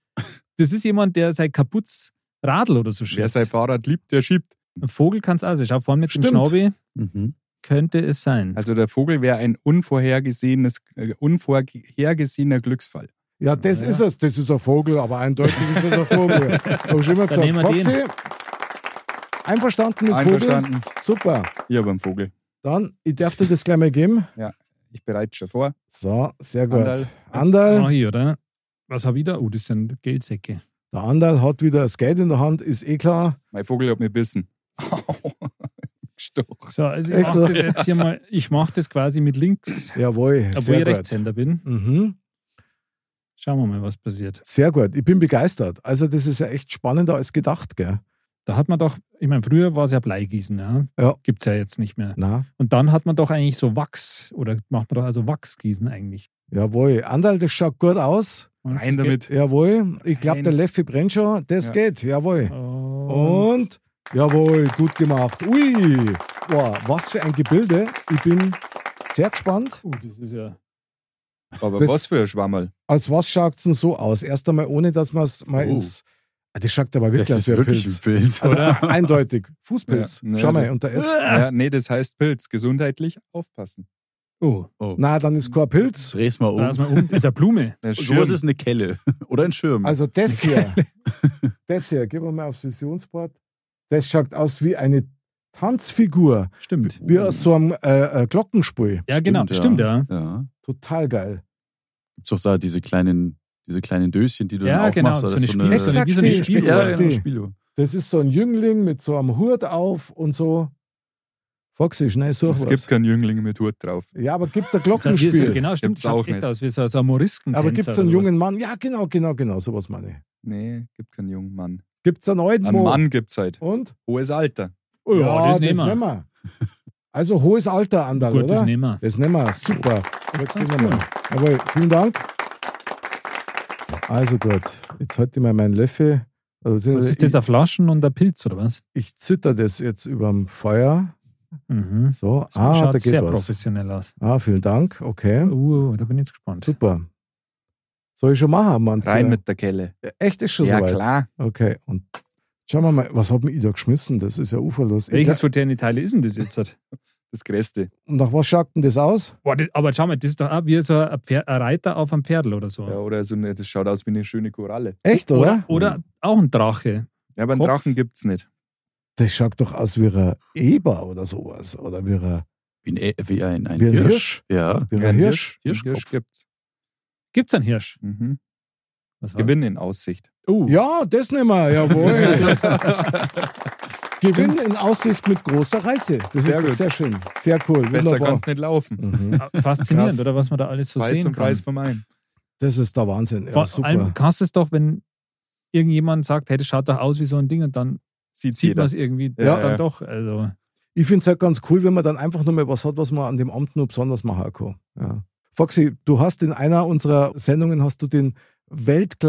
Das ist jemand, der sein kaputtes Radl oder so Wer schiebt. sein Fahrrad liebt, der schiebt. Ein Vogel kann es auch sein. Schau, vorne mit Stimmt. dem Schnabel Mhm. könnte es sein. Also der Vogel wäre ein unvorhergesehenes, äh, unvorhergesehener Glücksfall. Ja, das Ja. ist es. Das ist ein Vogel, aber eindeutig ist das ein Vogel. Hab ich schon immer Dann gesagt. nehmen wir Foxy, einverstanden mit Vogel? Einverstanden? Super. Ich habe einen Vogel. Dann, ich darf dir das gleich mal geben. Ich bereite schon vor. So, sehr gut. Anderl. Ah, Andal, hier, oder? Was habe ich da? Oh, das sind Geldsäcke. der Andal hat wieder das Geld in der Hand, ist eh klar. Mein Vogel hat mich bissen. Gestochen. So, also ich Echt, mache oder? das jetzt hier mal, ich mache das quasi mit links, Jawohl, obwohl sehr ich gut. Rechtshänder bin. Mhm, Schauen wir mal, was passiert. sehr gut. Ich bin begeistert. Also, das ist ja echt spannender als gedacht, gell? Da hat man doch, ich meine, früher war es ja Bleigießen, ja? Ja. Gibt es ja jetzt nicht mehr. Na, Und dann hat man doch eigentlich so Wachs oder macht man doch also Wachsgießen eigentlich. jawohl. Andal, das schaut gut aus. Rein damit. Jawohl. Ich glaube, Nein. der Leffi brennt schon. Das Ja. geht, jawohl. Oh. Und jawohl, gut gemacht. Ui, wow, was für ein Gebilde. Ich bin sehr gespannt. Oh, das ist ja. Aber Das- was für ein Schwammerl. Als was schaut es denn so aus? Erst einmal, ohne dass man es mal Oh. ins. Ah, Das schaut aber wirklich aus wie ein Pilz. Pilz. Also oder? eindeutig. Fußpilz. Ja, ne, Schau mal, das- unter F. Ja, nee, das heißt Pilz. Gesundheitlich aufpassen. Oh, Na, dann ist kein Pilz. Dreh's mal da ist um. man um. Das ist eine Blume. Der So Schirm. ist es eine Kelle. Oder ein Schirm. Also das hier. Das hier, gehen wir mal aufs Visionsboard. Das schaut aus wie eine Tanzfigur, Stimmt. wie aus so einem äh, äh, Glockenspiel. Ja, genau. Stimmt, ja. Stimmt, ja. Ja. Total geil. Gibt's doch da diese kleinen, diese kleinen Döschen, die du Ja, dann aufmachst. genau, da so ist eine Spiel- so eine- wie so eine Exakt, Spieluhr. Ja, genau, Exakt. Spieluhr. Das ist so ein Jüngling mit so einem Hut auf und so. Foxy, schnell such Es was. gibt keinen Jüngling mit Hut drauf. ja, aber gibt's ein So, wie so, Glockenspiel? genau, stimmt. Gibt's schaut auch echt nicht. aus wie so ein Morisken. aber gibt's einen jungen Mann? Ja, genau, genau, genau, sowas meine ich. Nee, gibt keinen jungen Mann. Gibt's einen alten Einen Mo? Mann gibt's halt. Und? Hohes Alter. Oh, ja, das nehmen wir. wir. Also hohes Alter, Andal, Gut, oder? Äh, das nehmen wir. Das nehmen wir, super. Jetzt ganz nehmen wir. Jawohl, vielen Dank. Also gut, jetzt halte ich mal meinen Löffel. Also, Was ist ich, das, ein Flaschen und ein Pilz oder was? ich zitter das jetzt überm Feuer. Mhm. So, Das ah, schaut da geht sehr was. professionell aus. Ah, vielen Dank, okay. Uh, da bin ich jetzt gespannt. Super. Soll ich schon machen, Mann? Rein mit der Kelle. Echt ist schon Ja, soweit. klar. Okay, und schauen wir mal, was hat mir ich da geschmissen? Das ist ja uferlos. Welches von den Teile ist denn das jetzt? halt? Das Größte. Und nach was schaut denn das aus? Boah, das, aber schau mal, das ist doch auch wie so ein, Pfer- ein Reiter auf einem Pferdl oder so. Ja, oder so eine, das schaut aus wie eine schöne Koralle. Echt, oder? oder, Hm. oder auch ein Drache. Ja, aber einen Kopf. Drachen gibt's nicht. Das schaut doch aus wie ein Eber oder sowas. Oder wie ein, Wie ein, Ä- wie ein, ein wie ein Hirsch. Hirsch. Ja. Wie ein Ja, einen Hirsch. Hirsch, Hirschkopf. einen Hirsch gibt's. Gibt's einen Hirsch? Mhm. Was war- Gewinn in Aussicht. Uh, Ja, das nehmen wir, jawohl. Gewinn in Aussicht mit großer Reise. Das Sehr ist doch gut. sehr schön. Sehr cool. Besser Wunderbar. kann's nicht laufen. Mhm. äh, faszinierend, Krass. oder was man da alles so Zwei sehen zum kann. Preis vom einen. Das ist der Wahnsinn. Ja, Vor super. allem kannst du es doch, wenn irgendjemand sagt, hey, das schaut doch aus wie so ein Ding und dann Sieht, sieht man jeder. es irgendwie Ja, dann ja. doch. Also, ich finde es halt ganz cool, wenn man dann einfach nur mal was hat, was man an dem Amt nur besonders machen kann. Ja. Foxy, du hast in einer unserer Sendungen hast du den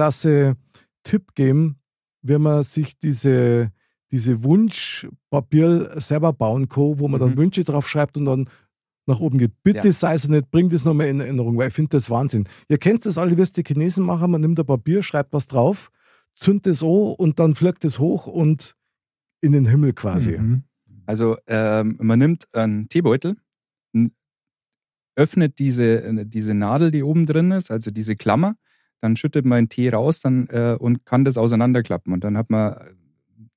Weltklasse-Tipp gegeben, wie man sich diese, diese Wunschpapier selber bauen kann, wo man dann Mhm. Wünsche drauf schreibt und dann nach oben geht. Bitte Ja. sei es nicht, bring das nochmal in Erinnerung, weil ich finde das Wahnsinn. Ihr kennt das alle, wie es die Chinesen machen, man nimmt ein Papier, schreibt was drauf, zündet es an und dann fliegt es hoch und in den Himmel quasi. mhm. Also ähm, man nimmt einen Teebeutel, n- öffnet diese, äh, diese Nadel, die oben drin ist, also diese Klammer, dann schüttet man den Tee raus dann, äh, und kann das auseinanderklappen. Und dann hat man äh,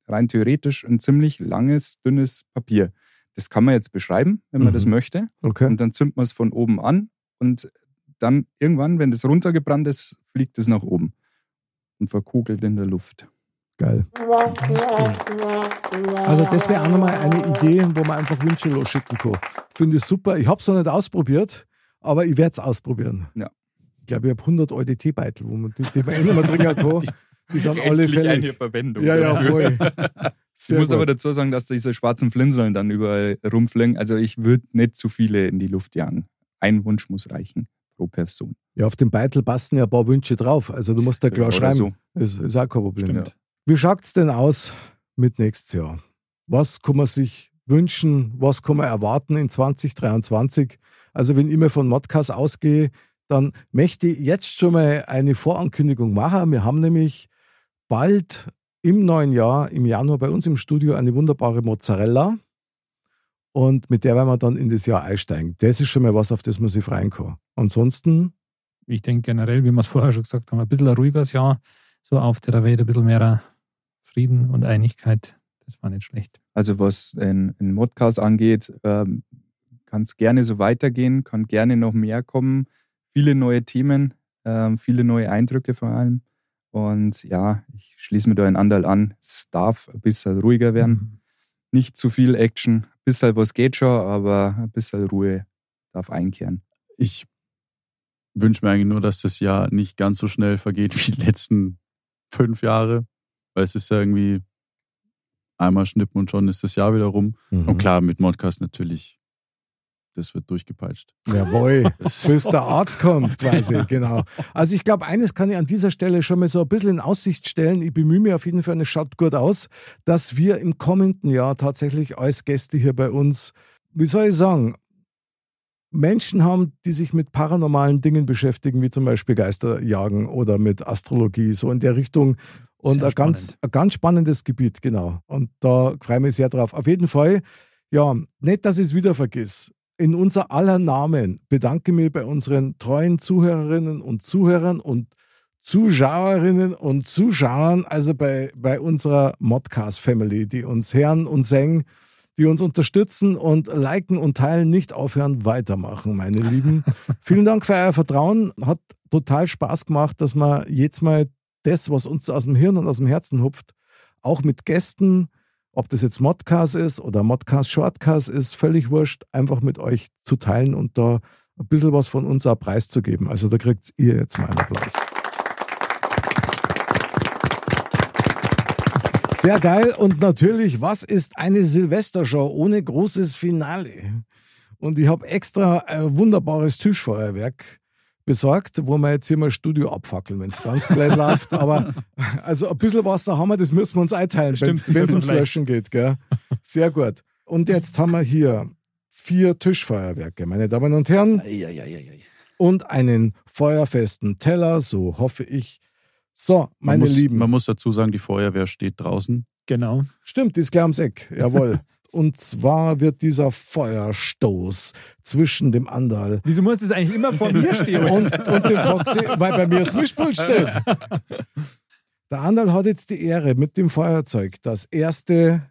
rein theoretisch ein ziemlich langes, dünnes Papier. Das kann man jetzt beschreiben, wenn man Mhm. das möchte. Okay. Und dann zündet man es von oben an und dann irgendwann, wenn das runtergebrannt ist, fliegt es nach oben und verkugelt in der Luft. Geil. Also das wäre auch nochmal eine Idee, wo man einfach Wünsche losschicken kann. Finde ich super. Ich habe es noch nicht ausprobiert, aber ich werde es ausprobieren. Ja. Ich glaube, ich habe 100 Euro Teebeutel, wo man die, die man eh nicht mehr trinken kann. Die sind alle fällig. Verwendung. Ja, ja, voll. Ich Sehr muss gut. aber dazu sagen, dass diese schwarzen Flinseln dann überall rumfliegen. Also ich würde nicht zu viele in die Luft jagen. Ein Wunsch muss reichen pro Person. ja, auf dem Beitel passen ja ein paar Wünsche drauf. Also du musst da klar Oder schreiben. so. Ist, ist auch kein Problem. Stimmt. Ja. Wie schaut es denn aus mit nächstes Jahr? Was kann man sich wünschen? Was kann man erwarten in 2023? Also, wenn ich mir von Modcast ausgehe, dann möchte ich jetzt schon mal eine Vorankündigung machen. Wir haben nämlich bald im neuen Jahr, im Januar bei uns im Studio eine wunderbare Mozzarella. Und mit der werden wir dann in das Jahr einsteigen. Das ist schon mal was, auf das man sich freuen kann. Ansonsten, ich denke generell, wie wir es vorher schon gesagt haben, ein bisschen ein ruhiges Jahr, so auf der Welt, ein bisschen mehr Frieden und Einigkeit. Das war nicht schlecht. Also was in, in Modcast angeht, ähm, kann es gerne so weitergehen, kann gerne noch mehr kommen. Viele neue Themen, ähm, viele neue Eindrücke vor allem. Und ja, ich schließe mir da ein Anderl an. Es darf ein bisschen ruhiger werden. Mhm. Nicht zu viel Action. Ein bisschen was geht schon, aber ein bisschen Ruhe darf einkehren. Ich wünsche mir eigentlich nur, dass das Jahr nicht ganz so schnell vergeht wie die letzten fünf Jahre. Weil es ist ja irgendwie einmal schnippen und schon ist das Jahr wieder rum. Mhm. Und klar, mit Modcast natürlich, das wird durchgepeitscht. Jawohl, Das- bis der Arzt kommt quasi, genau. Also ich glaube, eines kann ich an dieser Stelle schon mal so ein bisschen in Aussicht stellen. Ich bemühe mich auf jeden Fall, und es schaut gut aus, dass wir im kommenden Jahr tatsächlich als Gäste hier bei uns, wie soll ich sagen, Menschen haben, die sich mit paranormalen Dingen beschäftigen, wie zum Beispiel Geisterjagen oder mit Astrologie, so in der Richtung. Und Sehr ein ganz, spannend. ein ganz spannendes Gebiet, genau. Und da freue ich mich sehr drauf. Auf jeden Fall, ja, nicht, dass ich es wieder vergiss. In unser aller Namen bedanke ich mich bei unseren treuen Zuhörerinnen und Zuhörern und Zuschauerinnen und Zuschauern, also bei, bei unserer Modcast-Family, die uns hören und singen. die uns unterstützen und liken und teilen, nicht aufhören, weitermachen, meine Lieben. Vielen Dank für euer Vertrauen. Hat total Spaß gemacht, dass man jetzt mal das, was uns aus dem Hirn und aus dem Herzen hupft, auch mit Gästen, ob das jetzt Modcast ist oder Modcast Shortcast ist, völlig wurscht, einfach mit euch zu teilen und da ein bisschen was von uns auch preiszugeben. Also da kriegt ihr jetzt mal einen Applaus. Sehr geil. Und natürlich, was ist eine Silvestershow ohne großes Finale? Und ich habe extra ein wunderbares Tischfeuerwerk besorgt, wo wir jetzt hier mal Studio abfackeln, wenn es ganz blöd läuft. Aber also ein bisschen was da haben wir, das müssen wir uns einteilen, wenn Stimmt, das es ist ums vielleicht- Löschen geht. Gell? Sehr gut. Und jetzt haben wir hier vier Tischfeuerwerke, meine Damen und Herren und einen feuerfesten Teller, so hoffe ich. So, Man meine muss, Lieben. Man muss dazu sagen, die Feuerwehr steht draußen. Genau. Stimmt, die ist gleich ums Eck. Jawohl. und zwar wird dieser Feuerstoß zwischen dem Andal Wieso muss das eigentlich immer vor mir stehen? und, und dem Foxy, weil bei mir das Mischpult steht. Der Andal hat jetzt die Ehre mit dem Feuerzeug, das erste,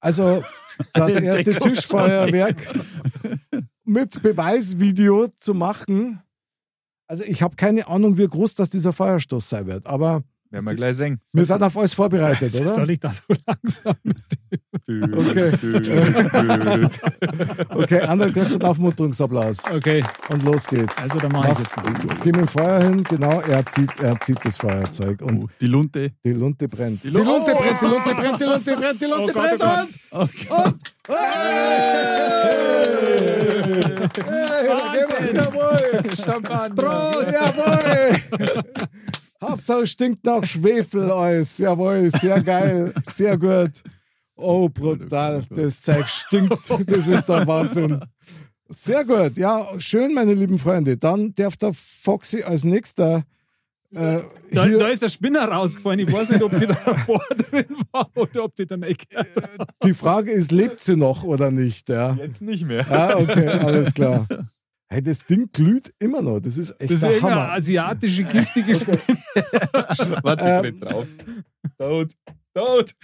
also das erste Deckung. Tischfeuerwerk mit Beweisvideo zu machen. Also ich habe keine Ahnung, wie groß das dieser Feuerstoß sein wird, aber Werden wir gleich sehen. wir sind auf alles vorbereitet, Soll oder? ich da so langsam? Okay. Okay, Andal, kriegst du einen Aufmunterungsapplaus Okay, und los geht's. also dann mache ich Mach's. jetzt mal. Geh mit dem Feuer hin, genau, er zieht, er zieht das Feuerzeug und Oh, die Lunte. Die Lunte brennt. Die, Lu- Lunte Oh Oh! brennt, die Lunte brennt, die Lunte brennt, die Lunte brennt und, und, hey! Hey! Wahnsinn! Jawohl! Champagner. Prost! Jawohl! Hauptsache es stinkt nach Schwefel alles. Jawohl, sehr geil, sehr gut. Oh, brutal, das Zeug stinkt. Das ist der Wahnsinn. Sehr gut, ja, schön, meine lieben Freunde. Dann darf der Foxy als nächster äh, Da, hier- da ist der Spinner rausgefallen. Ich weiß nicht, ob die da davor drin war oder ob die dann weggehört hat. Die Frage ist, lebt sie noch oder nicht? Ja, Jetzt nicht mehr. ah, okay, alles klar. Hey, das Ding glüht immer noch. Das ist echt Das ist der irgendeine Hammer. asiatische, giftige Spinne. Warte, ich red drauf. Tot, tot.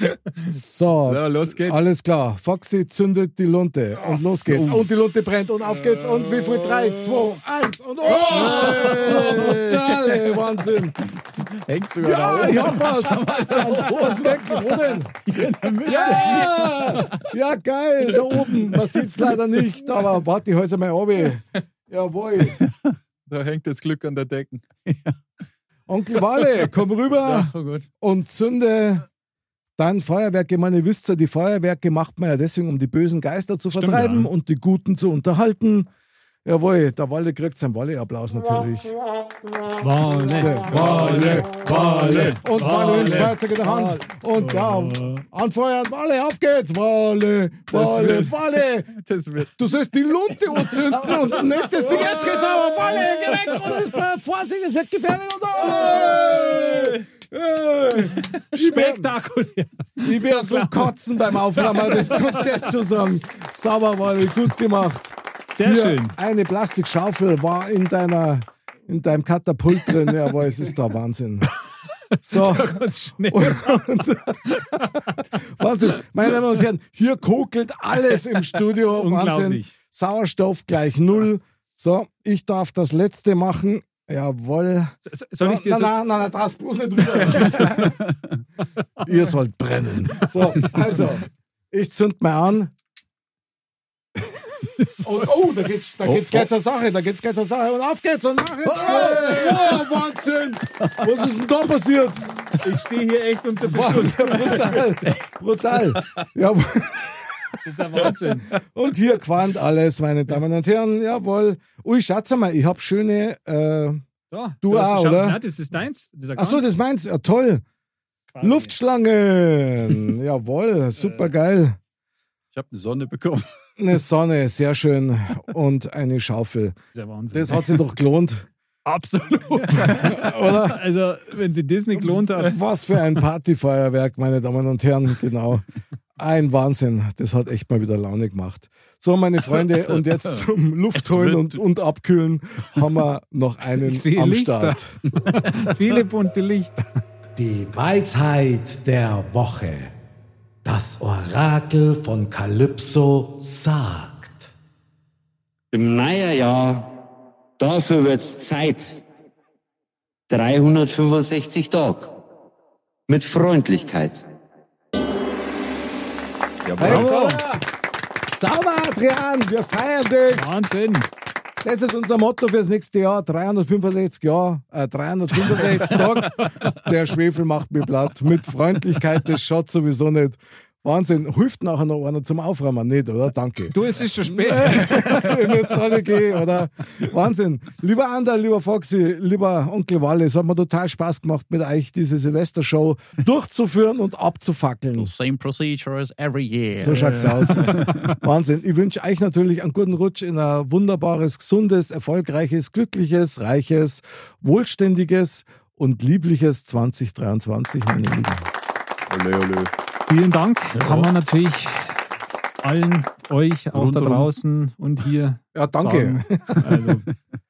So, So, los geht's. alles klar. Foxy zündet die Lunte und los geht's. Und die Lunte brennt und auf geht's. Und wie viel? Drei, zwei, eins und oh! Brutal, ey, Wahnsinn. Ah, Hängt sogar Ja, ich hab was. Und weg, wo denn? Ja! ja, geil, da oben. Man sieht's leider nicht, aber warte, ich hält's mal oben. Jawohl. Da hängt das Glück an der Decken. Onkel Wale, komm rüber Oh Gott. und zünde dein Feuerwerk. Ich meine, ihr wisst ja, die Feuerwerke macht man ja deswegen, um die bösen Geister zu vertreiben ja. und die Guten zu unterhalten. Jawohl, der Walle kriegt seinen Walle-Applaus natürlich. Wolle, Wolle, Wolle. Und Walle nimmt das Feuerzeug in der Hand und da anfeuern. Walle, auf geht's. Walle, Walle, wird- Walle. Das wird. Du sollst die Lunte anzünden und nicht das Ding. Jetzt geht's aber Walle, geh weg und es bleibt Vorsicht, es wird gefährlich. Und Hey! Hey! Spektakulär. Ich werde so kotzen beim Auflammern, das kannst du jetzt schon sagen. Sauber, Wally, gut gemacht. Sehr Hier, schön. Eine Plastikschaufel war in deiner in deinem Katapult drin, ja, aber es ist der Wahnsinn. So, Ganz schnell. Wahnsinn. Meine Damen und Herren, hier kokelt alles im Studio. Wahnsinn. Unglaublich. Sauerstoff gleich null. So, ich darf das letzte machen. Jawohl. So- Soll ich dir nein, so. nein, nein, nein, das bloß nicht drüber. Ihr sollt brennen. So, also, ich zünd mal an. Und, oh, da geht's, da geht's gleich zur Sache, da geht's gleich zur Sache. Und auf geht's und nach geht's. Oh, oh, Wahnsinn! Was ist denn da passiert? Ich stehe hier echt unter Beschuss. Wahnsinn, brutal. Brutal. Jawohl. Das ist ein Wahnsinn. Und hier quant alles, meine Damen und Herren. Jawohl. Ui, schaut mal, ich hab schöne. Äh, Da, Du das ist- auch, schau, oder? Nein, das ist deins. Dieser Ach so, das meinst du? Ja, toll. Luftschlangen. Jawohl, super geil. Ich habe eine Sonne bekommen. Eine Sonne, sehr schön. Und eine Schaufel. Dieser Wahnsinn. Das hat sich doch gelohnt. Absolut. Oder? Also, wenn sie Disney gelohnt hat, Was für ein Partyfeuerwerk, meine Damen und Herren. Genau. Ein Wahnsinn. Das hat echt mal wieder Laune gemacht. So, meine Freunde, und jetzt zum Luftholen und, und Abkühlen haben wir noch einen Ich sehe am Lichter. Start. viele bunte Lichter. Die Weisheit der Woche. Das Orakel von Kalypso sagt. Im neuen Jahr, dafür wird's Zeit. 365 Tage. Mit Freundlichkeit. Hey, Gott. Sauber, Adrian, wir feiern dich. Wahnsinn. Das ist unser Motto fürs nächste Jahr. 365 Jahr, äh, 365 Tag. Der Schwefel macht mir platt. Mit Freundlichkeit, das schaut sowieso nicht. Wahnsinn, hilft nachher noch einer zum Aufräumen? Nicht, oder? Danke. Du, es ist schon spät. Wir müssen alle gehen, oder? Wahnsinn. Lieber Ander, lieber Foxy, lieber Onkel Walle, es hat mir total Spaß gemacht, mit euch diese Silvestershow durchzuführen und abzufackeln. Same procedure as every year. So schaut's aus. Wahnsinn. Ich wünsche euch natürlich einen guten Rutsch in ein wunderbares, gesundes, erfolgreiches, glückliches, reiches, wohlständiges und liebliches 2023, meine Lieben. Ole, ole. Vielen Dank. Kann man natürlich allen euch auch da Rundum. draußen und hier. Ja, danke. Sagen. Also,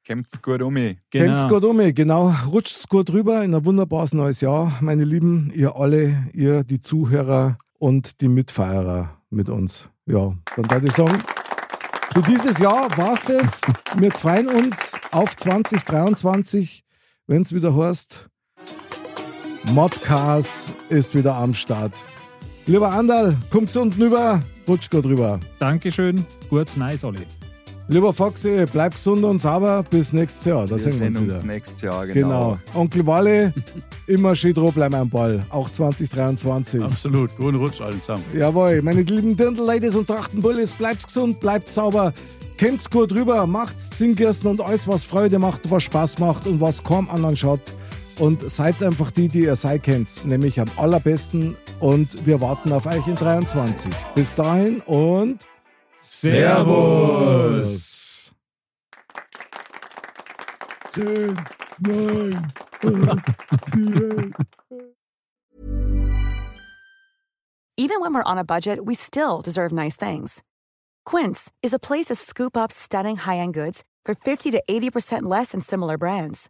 Kämpft's gut um mich. Genau. Kämpft's genau. gut um, mich, genau. Rutscht's gut rüber in ein wunderbares neues Jahr, meine Lieben. Ihr alle, ihr die Zuhörer und die Mitfeierer mit uns. Ja, dann würde ich sagen, für dieses Jahr war's das. Wir freuen uns auf 2023, wenn's wieder heißt, Modcast ist wieder am Start. Lieber Andal, komm gesund rüber, rutsch gut rüber. Dankeschön. Gut's nice, Olli. Lieber Foxy, bleib gesund und sauber. Bis nächstes Jahr. Da Wir sehen wir sehen uns wieder. uns nächstes Jahr, Genau. genau. Onkel Walle, immer schön drauf bleiben am Ball. Auch 2023. Absolut. Guten Rutsch allen zusammen. Jawohl, meine lieben Dirndl-Ladies und Trachtenbullis, bleibt gesund, bleibt sauber. Kämpft's gut rüber, macht's Zinkersten und alles, was Freude macht, was Spaß macht und was kaum anderen schaut. Und seid einfach die, die ihr sein kennt, nämlich am allerbesten. Und wir warten auf euch in 23. Bis dahin und Servus! 10, 9, 8, 4, Even when we're on a budget, we still deserve nice things. Quince is a place to scoop up stunning high-end goods for 50 to 80% less than similar brands.